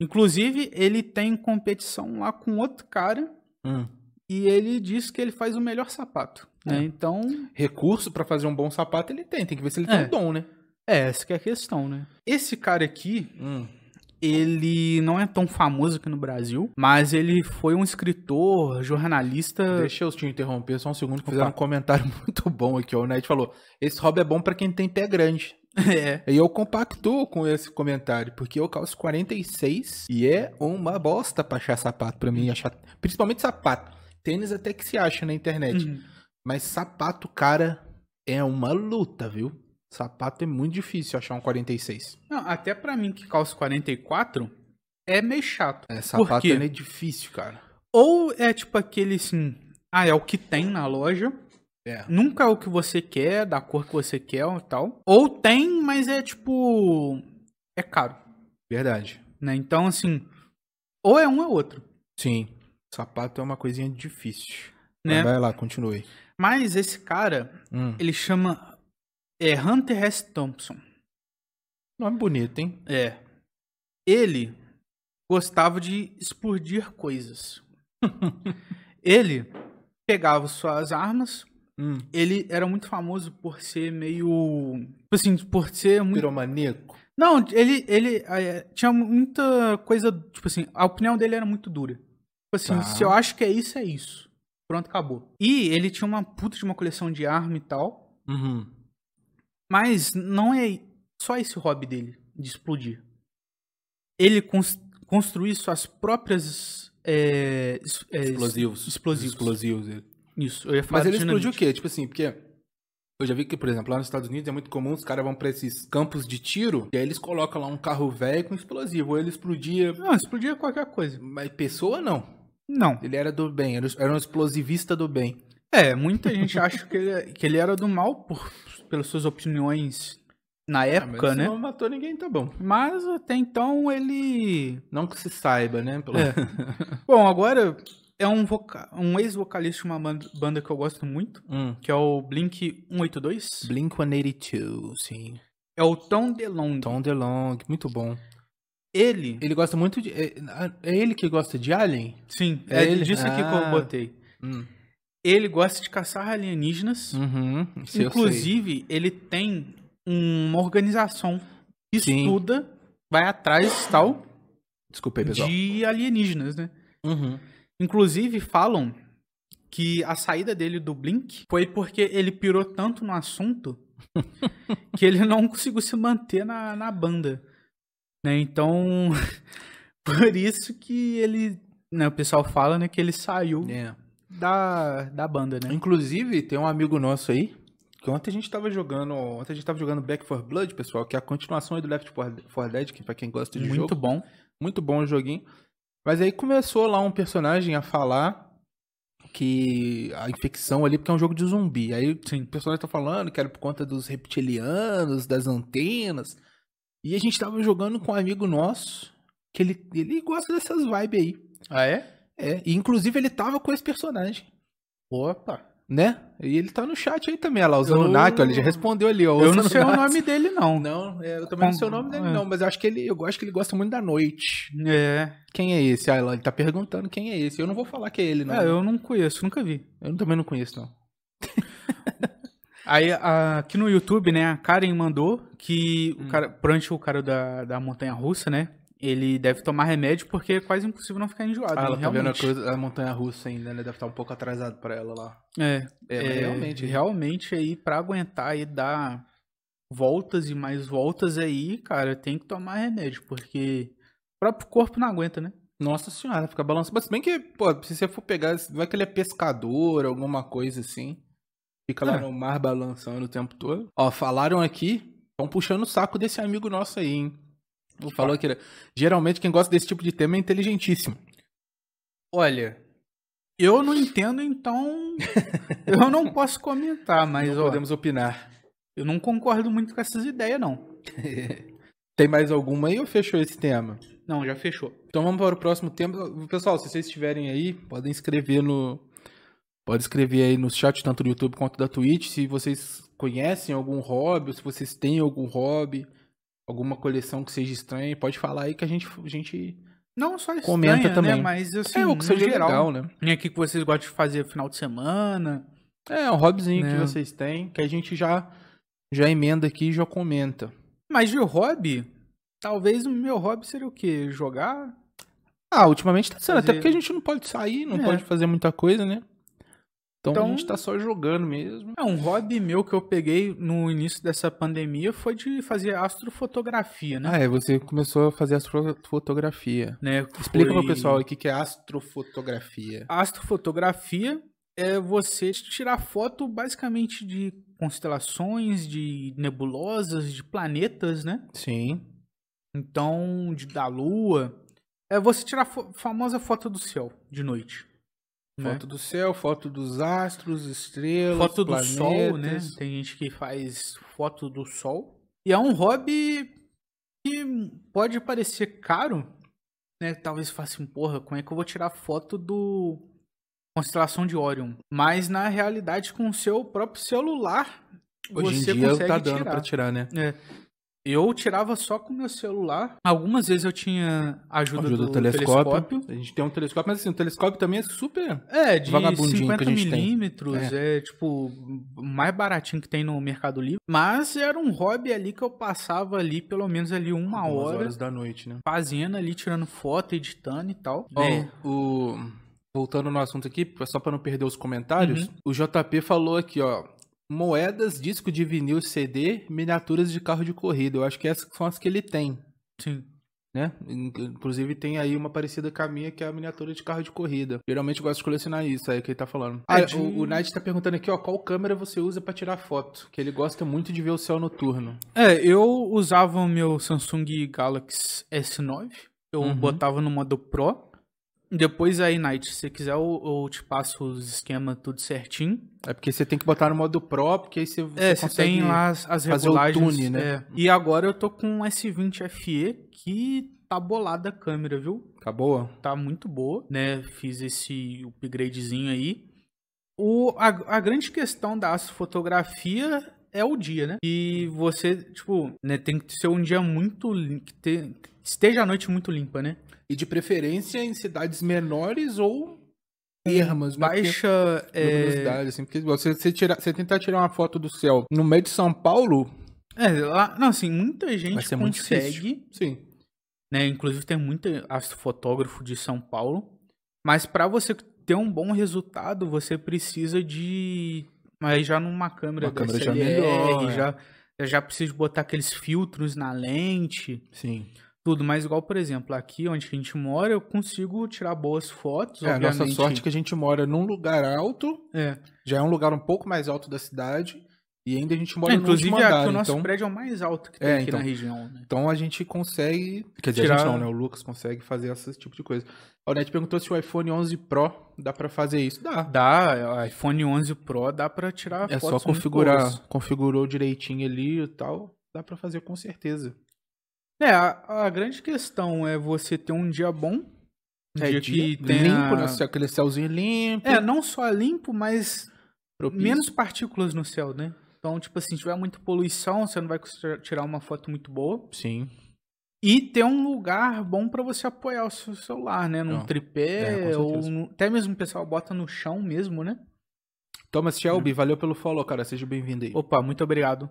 S1: Inclusive, ele tem competição lá com outro cara
S2: Hum.
S1: e ele diz que ele faz o melhor sapato. né?
S2: É.
S1: Então,
S2: Recurso pra fazer um bom sapato ele tem. Tem que ver se ele
S1: É.
S2: tem um dom, né?
S1: é essa que é a questão, né? Esse cara aqui,
S2: Hum.
S1: ele não é tão famoso aqui no Brasil, mas ele foi um escritor, jornalista.
S2: Deixa eu te interromper só um segundo que
S1: É. Opa.
S2: fizeram um comentário [laughs] muito bom aqui. Ó. O Ned falou: esse hobby é bom pra quem tem pé grande.
S1: [laughs] É.
S2: E eu compactuo com esse comentário, porque eu calço 46 e é uma bosta pra achar sapato pra mim, achar, principalmente sapato. Tênis até que se acha na internet,
S1: Uhum.
S2: mas sapato, cara, é uma luta, viu? Sapato é muito difícil achar um 46.
S1: Não, até pra mim, que calço 44, é meio chato.
S2: É,
S1: Por
S2: sapato
S1: quê?
S2: é difícil, cara.
S1: Ou é tipo aquele assim, ah, é o que tem na loja.
S2: É.
S1: Nunca é o que você quer, da cor que você quer ou tal. Ou tem, mas é tipo. É caro.
S2: Verdade.
S1: Né? Então, assim. Ou é um ou é outro.
S2: Sim. Sapato é uma coisinha difícil.
S1: Né?
S2: Mas Vai lá, continue.
S1: Mas esse cara,
S2: Hum.
S1: ele chama. É Hunter S. Thompson.
S2: Nome bonito, hein?
S1: É. Ele gostava de explodir coisas. ele pegava suas armas.
S2: Hum.
S1: Ele era muito famoso por ser meio. Tipo assim, por ser muito
S2: Piromaníaco.
S1: Não, ele, ele eh, tinha muita coisa, tipo assim, a opinião dele era muito dura. Tipo assim,
S2: Tá.
S1: se eu acho que é isso, é isso. Pronto, acabou. E ele tinha uma puta de uma coleção de arma e tal,
S2: Uhum.
S1: mas não é só esse hobby dele, de explodir. Ele cons construir suas próprias... eh, es- eh,
S2: Explosivos.
S1: Explosivos.
S2: Explosivos. é.
S1: Isso, eu ia falar
S2: Mas ele
S1: dinamite.
S2: explodiu o quê? Tipo assim, porque eu já vi que, por exemplo, lá nos Estados Unidos é muito comum os caras vão pra esses campos de tiro e aí eles colocam lá um carro velho com explosivo. Ou ele explodia.
S1: Não, explodia qualquer coisa.
S2: Mas pessoa não.
S1: Não.
S2: Ele era do bem, era, era um explosivista do bem.
S1: É, muita
S2: [laughs]
S1: gente acha que ele, que ele era do mal por, pelas suas opiniões na época,
S2: Ah, mas
S1: né?
S2: não matou ninguém, tá bom.
S1: Mas até então ele.
S2: Não que se saiba, né? Pelo...
S1: É. Bom, agora é um, voca... um ex-vocalista de uma ban- banda que eu gosto muito,
S2: Hum.
S1: que é o Blink 182.
S2: Blink 182, sim.
S1: É o Tom DeLonge.
S2: Tom DeLonge, muito bom.
S1: Ele,
S2: Ele gosta muito de. É, é ele que gosta de Alien?
S1: sim,
S2: É
S1: é,
S2: ele?
S1: disso aqui que
S2: Ah.
S1: eu botei. Ele gosta de caçar alienígenas.
S2: Uhum. isso eu
S1: Inclusive, ele tem uma organização que
S2: Sim.
S1: estuda, vai atrás tal,
S2: sei. Desculpa aí, pessoal.
S1: de alienígenas, né?
S2: Uhum.
S1: Inclusive, falam que a saída dele do Blink foi porque ele pirou tanto no
S2: [laughs]
S1: assunto que ele não conseguiu se manter na, na banda. Né? Então, [laughs] por isso que ele. Né, o pessoal fala né, que ele saiu
S2: É.
S1: da, da banda, né?
S2: Inclusive, tem um amigo nosso aí.
S3: Que ontem a gente tava jogando. Ontem a gente tava jogando Back 4 Blood, pessoal, que é a continuação aí do Left 4 4 Dead, que pra quem gosta de
S1: Muito
S3: jogo.
S1: bom.
S3: Muito bom o joguinho.
S2: Mas aí começou lá um personagem a falar que a infecção ali, porque é um jogo de zumbi. Aí
S1: Sim.
S2: o personagem tá falando que era por conta dos reptilianos, das antenas. E a gente tava jogando com um amigo nosso, que ele, ele gosta dessas vibes aí.
S1: Ah, é?
S2: É, e inclusive ele tava com esse personagem,
S1: Opa!
S2: né? E ele tá no chat aí também, olha lá, usando
S1: Eu-
S2: o Nato, ele já respondeu ali, ó.
S1: Eu não
S2: usando
S1: sei o
S2: Nato.
S1: nome dele, não.
S2: Não, é, eu também não sei o nome dele,
S1: É.
S2: não, mas eu acho que ele, eu acho que ele gosta muito da noite.
S1: É.
S2: Quem é esse? Ah, ele tá perguntando quem é esse. Eu não vou falar que é ele, não.
S1: Ah, eu não conheço, nunca vi.
S2: eu também não conheço, não.
S1: Aí, a- aqui no YouTube, né, a Karen mandou que
S2: Hum.
S1: o cara, perante o cara da, da montanha russa, né, ele deve tomar remédio porque é quase impossível não ficar enjoado.
S2: Ah, ela
S1: né,
S2: tá vendo a,
S1: realmente.
S2: coisa- a montanha russa ainda, né? Deve estar um pouco atrasado pra ela lá.
S1: É,
S2: É,
S1: é,
S2: mas realmente.
S1: Realmente aí, pra aguentar e dar voltas e mais voltas aí, cara, tem que tomar remédio porque o próprio corpo não aguenta, né?
S2: Nossa senhora, fica balançando. Mas se bem que, pô, se você for pegar, vai que ele é pescador, alguma coisa assim. Fica lá
S1: É.
S2: no mar balançando o tempo todo. Ó, falaram aqui, estão puxando o saco desse amigo nosso aí, hein? Falou que ele- é, geralmente quem gosta desse tipo de tema é inteligentíssimo.
S1: Olha, eu não entendo,
S2: [laughs]
S1: então eu não posso comentar, mas ó,
S2: Podemos opinar.
S1: eu não concordo muito com essas ideias, não.
S2: Tem mais alguma aí ou fechou esse tema?
S1: Não, já fechou.
S2: Então vamos para o próximo tema. Pessoal, se vocês estiverem aí, podem escrever no. Pode escrever aí no chat, tanto do YouTube quanto da Twitch, se vocês conhecem algum hobby, ou se vocês têm algum hobby, alguma coleção que seja estranha, pode falar aí que a gente. A gente...
S1: Não só estranha,
S2: Comenta também.
S1: né? Mas assim,
S2: é, ou
S1: no
S2: que seja
S1: geral,
S2: legal, né?
S1: nem aqui que vocês gostam de fazer final de semana.
S2: É, um hobbyzinho que
S1: Né.
S2: vocês têm, que a gente já, já emenda aqui e já comenta.
S1: Mas de hobby, talvez o meu hobby seria o quê? Jogar?
S2: Ah, ultimamente tá sendo, até
S1: Fazer-
S2: porque a gente não pode sair, não
S1: É.
S2: pode fazer muita coisa, né? Então, a
S1: Então-
S2: gente tá só jogando mesmo.
S1: É, um hobby meu que eu peguei no início dessa pandemia foi de fazer astrofotografia, né?
S2: Ah, é, você começou a fazer astrofotografia.
S1: Né,
S2: Explica
S1: foi-
S2: pro pessoal aí o que que é astrofotografia.
S1: Astrofotografia é você tirar foto basicamente de constelações, de nebulosas, de planetas, né?
S2: Sim.
S1: Então, de, da lua. É você tirar a fo- famosa foto do céu de noite. né?
S2: Foto do céu, foto dos astros, estrelas,
S1: Foto do
S2: planetas.
S1: sol, né? Tem gente que faz foto do sol. E é um hobby que pode parecer caro, né? Talvez faça assim, porra, como é que eu vou tirar foto do constelação de Orion? Mas na realidade com o seu próprio celular
S2: Hoje
S1: você
S2: em dia
S1: consegue
S2: tá dando
S1: tirar.
S2: pra tirar, né?
S1: Eu tirava só com o meu celular. Algumas vezes eu tinha ajuda,
S2: Ajuda
S1: do
S2: o telescópio. A gente tem um telescópio, mas assim, o telescópio também é super...
S1: É, de
S2: Vagabundinho que a
S1: 50
S2: gente tem.
S1: milímetros, é. tipo, o mais baratinho que tem no Mercado Livre. Mas era um hobby ali que eu passava ali, pelo menos ali uma
S2: Algumas
S1: hora,
S2: horas da noite, né?
S1: fazendo ali, tirando foto, editando e tal.
S2: Ó,
S1: né?
S2: o... Voltando no assunto aqui, só pra não perder os comentários,
S1: Uhum.
S2: o JP falou aqui, ó. Moedas, disco de vinil, CD, miniaturas de carro de corrida. Eu acho que essas são as que ele tem,
S1: Sim.
S2: né? In- Inclusive tem aí uma parecida com a minha, que é a miniatura de carro de corrida. Geralmente eu gosto de colecionar isso, aí que ele tá falando. Ah,
S1: É de-
S2: o, o Knight tá perguntando aqui, ó, qual câmera você usa pra tirar foto? Que ele gosta muito de ver o céu noturno.
S1: É, eu usava o meu Samsung Galaxy S9. Eu
S2: Uhum.
S1: botava no modo Pro. Depois aí, Night, se você quiser, eu, eu te passo os esquemas tudo certinho.
S2: É porque você tem que botar no modo Pro, porque aí você,
S1: É,
S2: você
S1: você tem lá as, as
S2: fazer o
S1: regulagens.
S2: tune, né?
S1: é. E agora eu tô com um S20 FE que tá bolada a câmera, viu?
S2: Tá boa?
S1: Tá muito boa, né? Fiz esse upgradezinho aí. O, a, a grande questão da astrofotografia é o dia, né? E você, tipo, né, tem que ser um dia muito. lim- Que te- que esteja a noite muito limpa, né?
S2: E de preferência em cidades menores ou ermas, né?
S1: Baixa. É,
S2: luminosidade, assim, porque você, você, tira, você tentar tirar uma foto do céu no meio de São Paulo,
S1: é, lá, não, assim, muita
S2: Vai
S1: gente
S2: ser muito
S1: consegue,
S2: sim.
S1: né? Inclusive tem muita astrofotógrafo de São Paulo. Mas pra você ter um bom resultado, você precisa de. Mas já numa câmera
S2: Uma câmera já
S1: DSLR,
S2: melhor, é.
S1: já, já precisa de botar aqueles filtros na lente.
S2: Sim.
S1: Tudo, mas igual, por exemplo, aqui onde a gente mora, eu consigo tirar boas fotos,
S2: É, a
S1: obviamente.
S2: nossa sorte é que a gente mora num lugar alto,
S1: É.
S2: já é um lugar um pouco mais alto da cidade, e ainda a gente mora
S1: É,
S2: no
S1: inclusive,
S2: último
S1: aqui
S2: andar,
S1: o nosso
S2: então,
S1: prédio é o mais alto que tem
S2: É,
S1: aqui
S2: então.
S1: na região, né?
S2: então a gente consegue... Quer dizer, a
S1: Tirar-
S2: gente não, né? O Lucas consegue fazer esse tipo de coisa. A Net perguntou se o iPhone 11 Pro dá pra fazer isso. Dá.
S1: Dá, iPhone 11 Pro dá pra tirar
S2: É só
S1: fotos muito
S2: configurar,
S1: boas.
S2: configurou direitinho ali e tal, dá pra fazer com certeza.
S1: É, a, a grande questão é você ter um dia bom, um dia, que
S2: É, dia
S1: tenha...
S2: limpo, né? aquele céuzinho limpo,
S1: É, não só limpo, mas
S2: propício.
S1: É, menos partículas no céu, né? Então, tipo assim, se tiver muita poluição, você não vai conseguir tirar uma foto muito boa.
S2: Sim.
S1: E ter um lugar bom pra você apoiar o seu celular, né? Num
S2: Não.
S1: tripé,
S2: É, com
S1: ou
S2: certeza.
S1: no- até mesmo o pessoal bota no chão mesmo, né?
S2: Thomas Shelby, valeu pelo follow, cara. Seja bem-vindo aí.
S1: Opa, muito obrigado.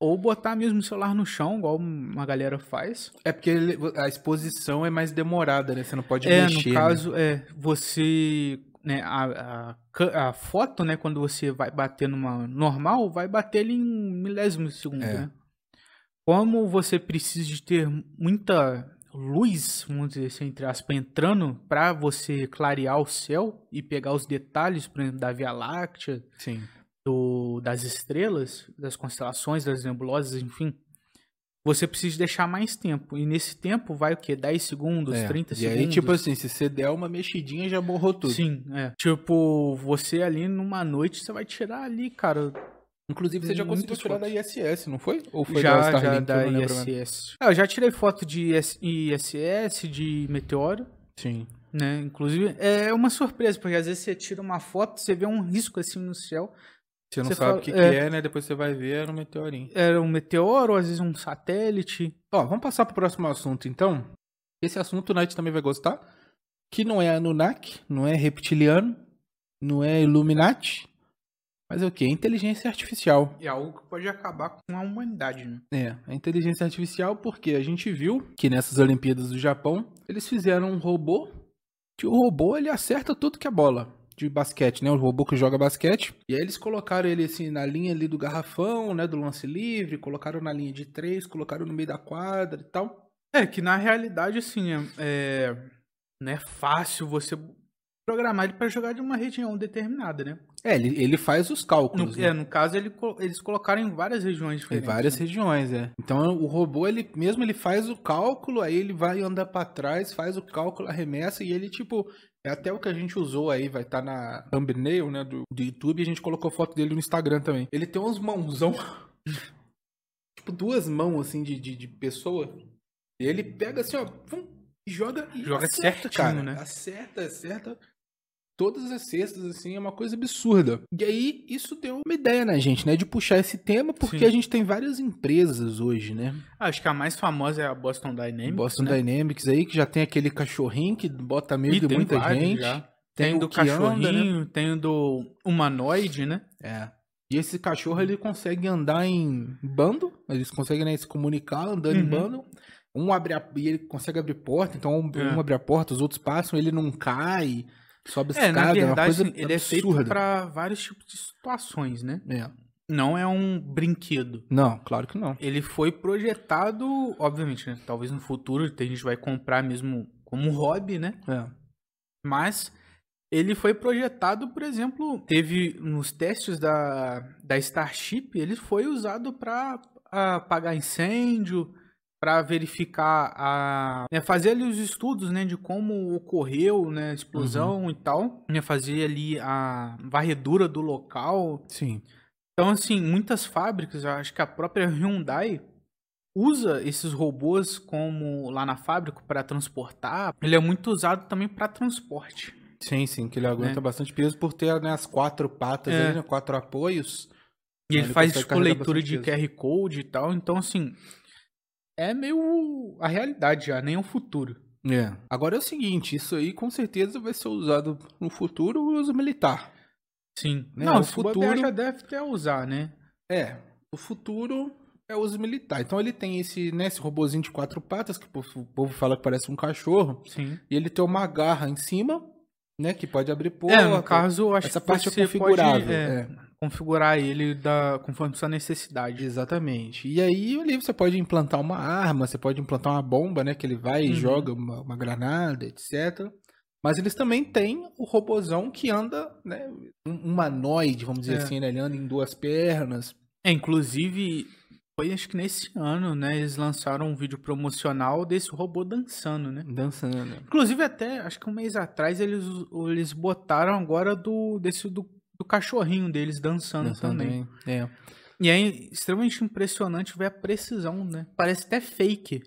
S1: Ou botar mesmo o celular no chão, igual uma galera faz.
S2: É porque ele- a exposição é mais demorada, né? Você não pode
S1: é,
S2: mexer.
S1: no
S2: né?
S1: caso, é, você. Né, a, a ca- a foto, né, quando você vai bater numa normal, vai bater ele em milésimos de segundo,
S2: É.
S1: né? Como você precisa de ter muita luz, vamos dizer assim, entre aspas, entrando pra você clarear o céu e pegar os detalhes, por exemplo, da Via Láctea,
S2: Sim.
S1: do- das estrelas, das constelações, das nebulosas, enfim, você precisa deixar mais tempo. E nesse tempo vai o quê? 10 segundos,
S2: É.
S1: 30
S2: e
S1: segundos?
S2: aí, tipo assim, se você der uma mexidinha, já borrou tudo.
S1: Sim, é. Tipo, você ali numa noite, você vai tirar ali, cara,
S2: Inclusive, você já
S1: Muitas
S2: conseguiu tirar da
S1: fotos.
S2: ISS, não foi? Ou foi da
S1: já, já
S2: Starlink?
S1: da
S2: eu não lembro mais.
S1: ISS. É, eu já tirei foto de IS ISS, de meteoro,
S2: Sim.
S1: né? Inclusive, é uma surpresa, porque às vezes você tira uma foto, você vê um risco assim no céu.
S2: Você não
S1: Você
S2: sabe
S1: fala-
S2: o que,
S1: é.
S2: que é, né? Depois você vai ver, era um meteorinho.
S1: Era um meteoro, às vezes um satélite.
S2: Ó, vamos passar pro próximo assunto, então. Esse assunto o Knight também vai gostar. Que não é Anunnaki, não é reptiliano, não é Illuminati, mas é o quê? Inteligência artificial.
S1: É algo que pode acabar com a humanidade, né?
S2: É, a inteligência artificial, porque a gente viu que nessas Olimpíadas do Japão, eles fizeram um robô, que o robô ele acerta tudo que é bola de basquete, né? O robô que joga basquete. E aí eles colocaram ele assim na linha ali do garrafão, né, do lance livre, colocaram na linha de três, colocaram no meio da quadra e tal.
S1: É, que na realidade, assim, é- é, não é fácil você programar ele pra jogar de uma região determinada, né?
S2: É, ele, ele faz os
S1: No,
S2: cálculos, né?
S1: é, no caso, ele co- eles colocaram em várias regiões
S2: Em
S1: diferentes.
S2: várias
S1: né?
S2: regiões, é. Então o robô, ele mesmo ele faz o cálculo, aí ele vai andar pra trás, faz o cálculo, arremessa e ele tipo, é até o que a gente usou aí, vai estar na thumbnail, né, do, do YouTube, e a gente colocou foto dele no Instagram também. Ele tem uns mãozão. [laughs] tipo duas mãos assim de, de, de pessoa. E ele pega assim, ó, pum, e joga e
S1: Joga
S2: acerta,
S1: certinho,
S2: cara.
S1: né?
S2: Acerta, acerta. Todas as cestas, assim, é uma coisa absurda. E aí, isso deu uma ideia na gente, né? De puxar esse tema, porque
S1: Sim.
S2: a gente tem várias empresas hoje, né?
S1: Acho que a mais famosa é a Boston Dynamics.
S2: Boston
S1: né?
S2: Dynamics aí, que já tem aquele cachorrinho que bota medo
S1: Ih,
S2: de
S1: tem
S2: muita
S1: vários
S2: gente.
S1: já.
S2: Tem
S1: Tem,
S2: o
S1: do
S2: que anda, né?
S1: cachorrinho, tem o do humanoide, né?
S2: É. E esse cachorro, ele consegue andar em bando, eles conseguem né, se comunicar andando em
S1: Uhum.
S2: bando. Um abre a... E ele consegue abrir porta, então um,
S1: É.
S2: um abre a porta, os outros passam, ele não cai, sobe
S1: É,
S2: escada,
S1: na
S2: é uma
S1: verdade,
S2: coisa
S1: assim, ele é feito
S2: absurda.
S1: pra vários tipos de situações, né?
S2: É.
S1: Não é um brinquedo.
S2: Não, claro que não.
S1: Ele foi projetado, obviamente, né? Talvez no futuro tem gente que vai comprar mesmo como hobby, né?
S2: É.
S1: Mas ele foi projetado, por exemplo, teve nos testes da, da Starship, ele foi usado para apagar incêndio, para verificar a né, fazer ali os estudos, né, de como ocorreu, né, a explosão e tal, né, fazer ali a varredura do local.
S2: Sim.
S1: Então, assim, muitas fábricas, eu acho que a própria Hyundai usa esses robôs como lá na fábrica para transportar. Ele é muito usado também para transporte.
S2: Sim, sim, que ele aguenta bastante peso por ter né, as quatro patas
S1: É.
S2: ali, né, quatro apoios.
S1: E ele,
S2: ele
S1: faz
S2: consegue
S1: tipo
S2: carregar
S1: leitura de
S2: bastante
S1: QR Code e tal, então assim, é meio a realidade já, nem o futuro.
S2: É. Agora é o seguinte, isso aí com certeza vai ser usado no futuro uso militar.
S1: Sim.
S2: Né,
S1: Não,
S2: o
S1: o futuro
S2: futuro-
S1: já deve até usar, né?
S2: É, o futuro é uso militar. Então ele tem esse, né, esse robozinho de quatro patas, que o povo, o povo fala que parece um cachorro,
S1: Sim.
S2: e ele tem uma garra em cima, né, que pode abrir porta.
S1: É, no caso, acho
S2: essa
S1: que
S2: parte
S1: você
S2: é configurável.
S1: pode é,
S2: é.
S1: configurar ele da, conforme sua necessidade.
S2: Exatamente. E aí ali você pode implantar uma arma, você pode implantar uma bomba, né? Que ele vai e
S1: Uhum.
S2: joga uma, uma granada, etc. Mas eles também têm o robozão que anda, né? Um humanoide, vamos dizer
S1: É.
S2: assim, né? Ele anda em duas pernas.
S1: É, inclusive, foi acho que nesse ano, né, eles lançaram um vídeo promocional desse robô dançando, né?
S2: Dançando.
S1: Inclusive até, acho que um mês atrás, eles, eles botaram agora do, desse, do, do cachorrinho deles dançando,
S2: Dançando
S1: também.
S2: também. É.
S1: E é extremamente impressionante ver a precisão, né? Parece até fake.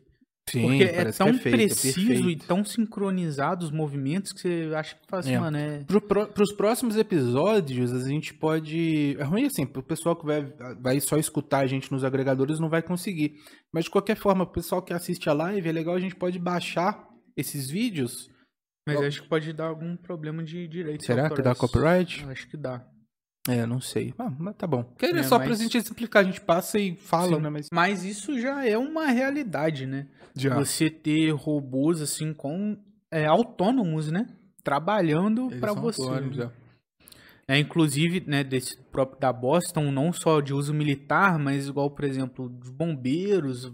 S2: Sim,
S1: Porque é
S2: parece
S1: tão
S2: que feito, é
S1: preciso e
S2: perfeito.
S1: tão sincronizado os movimentos que você acha que faz,
S2: É.
S1: mano, é...
S2: Pro, pro, pros próximos episódios, a gente pode. É ruim assim, pro pessoal que vai, vai só escutar a gente nos agregadores não vai conseguir. Mas de qualquer forma, pro pessoal que assiste a live, é legal a gente pode baixar esses vídeos.
S1: Mas
S2: Eu-
S1: acho que pode dar algum problema de direitos
S2: Será que dá
S1: autorais.
S2: copyright?
S1: Acho que dá.
S2: É, não sei. Ah, mas tá bom. Que
S1: É,
S2: é só pra
S1: mas-
S2: gente explicar, a gente passa e fala,
S1: Sim.
S2: né? Mas
S1: Mas isso já é uma realidade, né?
S2: já.
S1: Você ter robôs assim com é, autônomos, né? Trabalhando
S2: Eles
S1: pra
S2: são
S1: você.
S2: autônomos, é.
S1: É, inclusive, né, desse próprio da Boston, não só de uso militar, mas igual, por exemplo, de bombeiros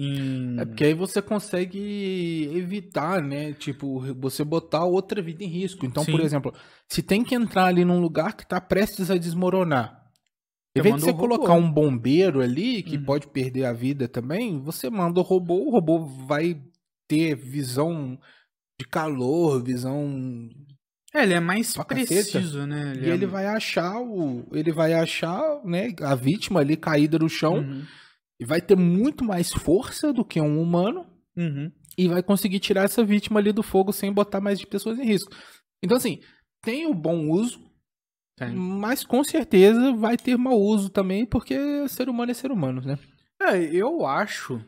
S1: em
S2: É porque aí você consegue evitar, né? Tipo, você botar outra vida em risco. Então,
S1: Sim.
S2: por exemplo, se tem que entrar ali num lugar que tá prestes a desmoronar, em
S1: Você
S2: vez de
S1: manda
S2: você
S1: o robô.
S2: colocar um bombeiro ali, que
S1: Uhum.
S2: pode perder a vida também, você manda o robô, o robô vai ter visão de calor, visão
S1: É, ele é mais
S2: Pra caceta.
S1: preciso, né?
S2: e ele vai achar o ele vai achar, né, a vítima ali caída no chão
S1: Uhum.
S2: e vai ter muito mais força do que um humano
S1: Uhum.
S2: e vai conseguir tirar essa vítima ali do fogo sem botar mais de pessoas em risco. Então, assim, tem o bom uso,
S1: Tem.
S2: mas com certeza vai ter mau uso também, porque ser humano é ser humano, né?
S1: É, eu acho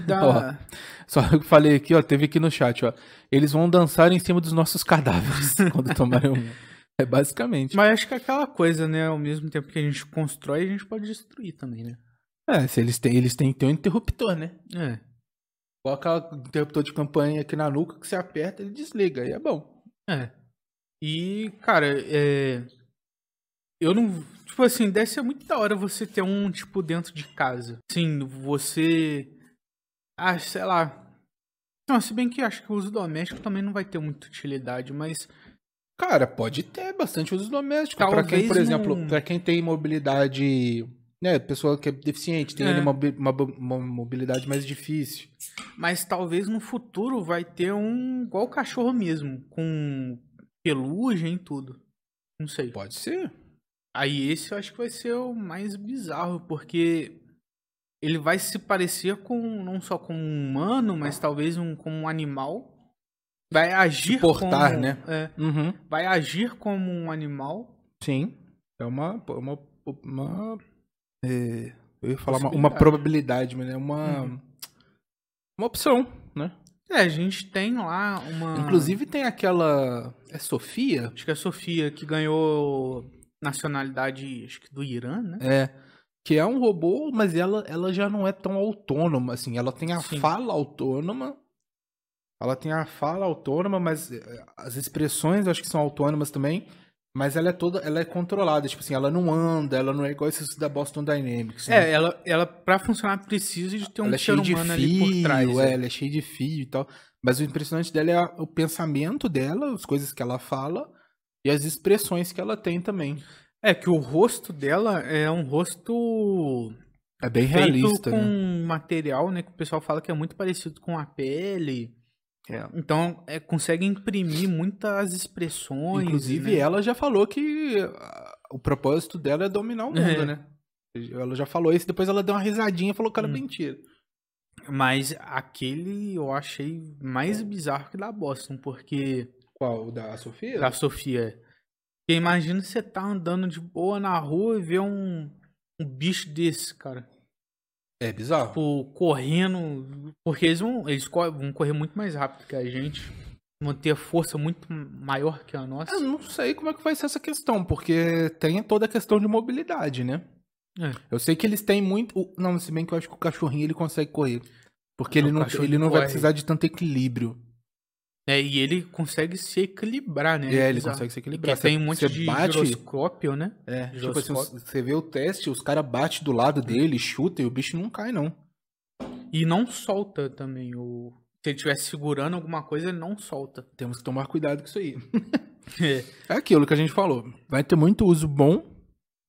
S1: que dá.
S2: Porra. Só [laughs] que eu falei aqui, ó, teve aqui no chat, ó. Eles vão dançar em cima dos nossos cadáveres [laughs] quando tomarem um. É basicamente.
S1: Mas acho que é aquela coisa, né? Ao mesmo tempo que a gente constrói, a gente pode destruir também, né?
S2: É, se eles têm, eles têm que ter um interruptor, né?
S1: É.
S2: Coloca o interruptor de campanha aqui na nuca que você aperta, ele desliga, aí é bom.
S1: É. E, cara, é. Eu não. Tipo assim, deve ser muito da hora você ter um, tipo, dentro de casa. Sim, você. Ah, sei lá. Não, se bem que acho que o uso doméstico também não vai ter muita utilidade, mas.
S2: Cara, pode ter bastante uso doméstico. Pra
S1: Talvez
S2: quem, por
S1: não-
S2: exemplo, pra quem tem mobilidade, né, pessoa que é deficiente, tem
S1: É.
S2: ali uma, bi- uma bo- uma mobilidade mais difícil.
S1: Mas talvez no futuro vai ter um. igual cachorro mesmo, com pelugem e tudo. Não sei.
S2: Pode ser.
S1: Aí esse eu acho que vai ser o mais bizarro, porque ele vai se parecer com não só com um humano, mas talvez um como um animal. Vai agir
S2: portar,
S1: como,
S2: né?
S1: é,
S2: Uhum.
S1: vai agir como um animal.
S2: Sim. É uma uma, uma é, eu ia falar uma, uma
S1: Possibilidade.
S2: probabilidade, mas é uma
S1: Uhum.
S2: uma opção, né?
S1: É, a gente tem lá uma
S2: Inclusive tem aquela é Sofia
S1: acho que a Sofia que ganhou nacionalidade acho que do Irã, né?
S2: É. Que é um robô, mas ela, ela já não é tão autônoma, assim. Ela tem a
S1: Sim.
S2: fala autônoma. Ela tem a fala autônoma, mas eh, as expressões acho que são autônomas também. Mas ela é toda, ela é controlada, tipo assim, ela não anda, ela não é igual esses da Boston Dynamics. né?
S1: É, ela ela para funcionar precisa de ter um
S2: ela é
S1: ser
S2: cheia de
S1: humano ali
S2: fio,
S1: por trás.
S2: é, ela é cheia de fio e tal. Mas o impressionante dela é a- o pensamento dela, as coisas que ela fala e as expressões que ela tem também.
S1: É que o rosto dela é um rosto
S2: É bem
S1: feito
S2: realista,
S1: com
S2: né?
S1: material, né, que o pessoal fala que é muito parecido com a pele.
S2: É.
S1: Então, é, consegue imprimir muitas expressões.
S2: Inclusive, é
S1: né?
S2: ela já falou que ah, o propósito dela é dominar o mundo,
S1: É.
S2: né? Ela já falou isso, depois ela deu uma risadinha e falou que era
S1: Hum.
S2: mentira.
S1: Mas aquele eu achei mais bizarro que da Boston, porque
S2: Qual? O da Sofia?
S1: da Sofia. Porque imagina você tá andando de boa na rua e ver um, um bicho desse, cara.
S2: É bizarro.
S1: Tipo, correndo. Porque eles vão, eles co- vão correr muito mais rápido que a gente. Vão ter força muito maior que a nossa.
S2: Eu não sei como é que vai ser essa questão, porque tem toda a questão de mobilidade, né?
S1: É.
S2: Eu sei que eles têm muito. o- Não, se bem que eu acho que o cachorrinho ele consegue correr. Porque
S1: Não,
S2: ele
S1: o
S2: não,
S1: cachorro
S2: ele não vai
S1: corre.
S2: precisar de tanto equilíbrio.
S1: É, e ele consegue se equilibrar, né?
S2: É, ele
S1: Bizarro.
S2: consegue se equilibrar.
S1: Porque tem um monte
S2: Você
S1: de
S2: bate-
S1: giroscópio, né?
S2: É, tipo assim,
S1: giroscópio.
S2: os- você vê o teste, os caras batem do lado dele, chuta e o bicho não cai, não.
S1: E não solta também. O... Se ele estiver segurando alguma coisa, ele não solta.
S2: Temos que tomar cuidado com isso aí.
S1: É.
S2: [laughs] É aquilo que a gente falou. Vai ter muito uso bom,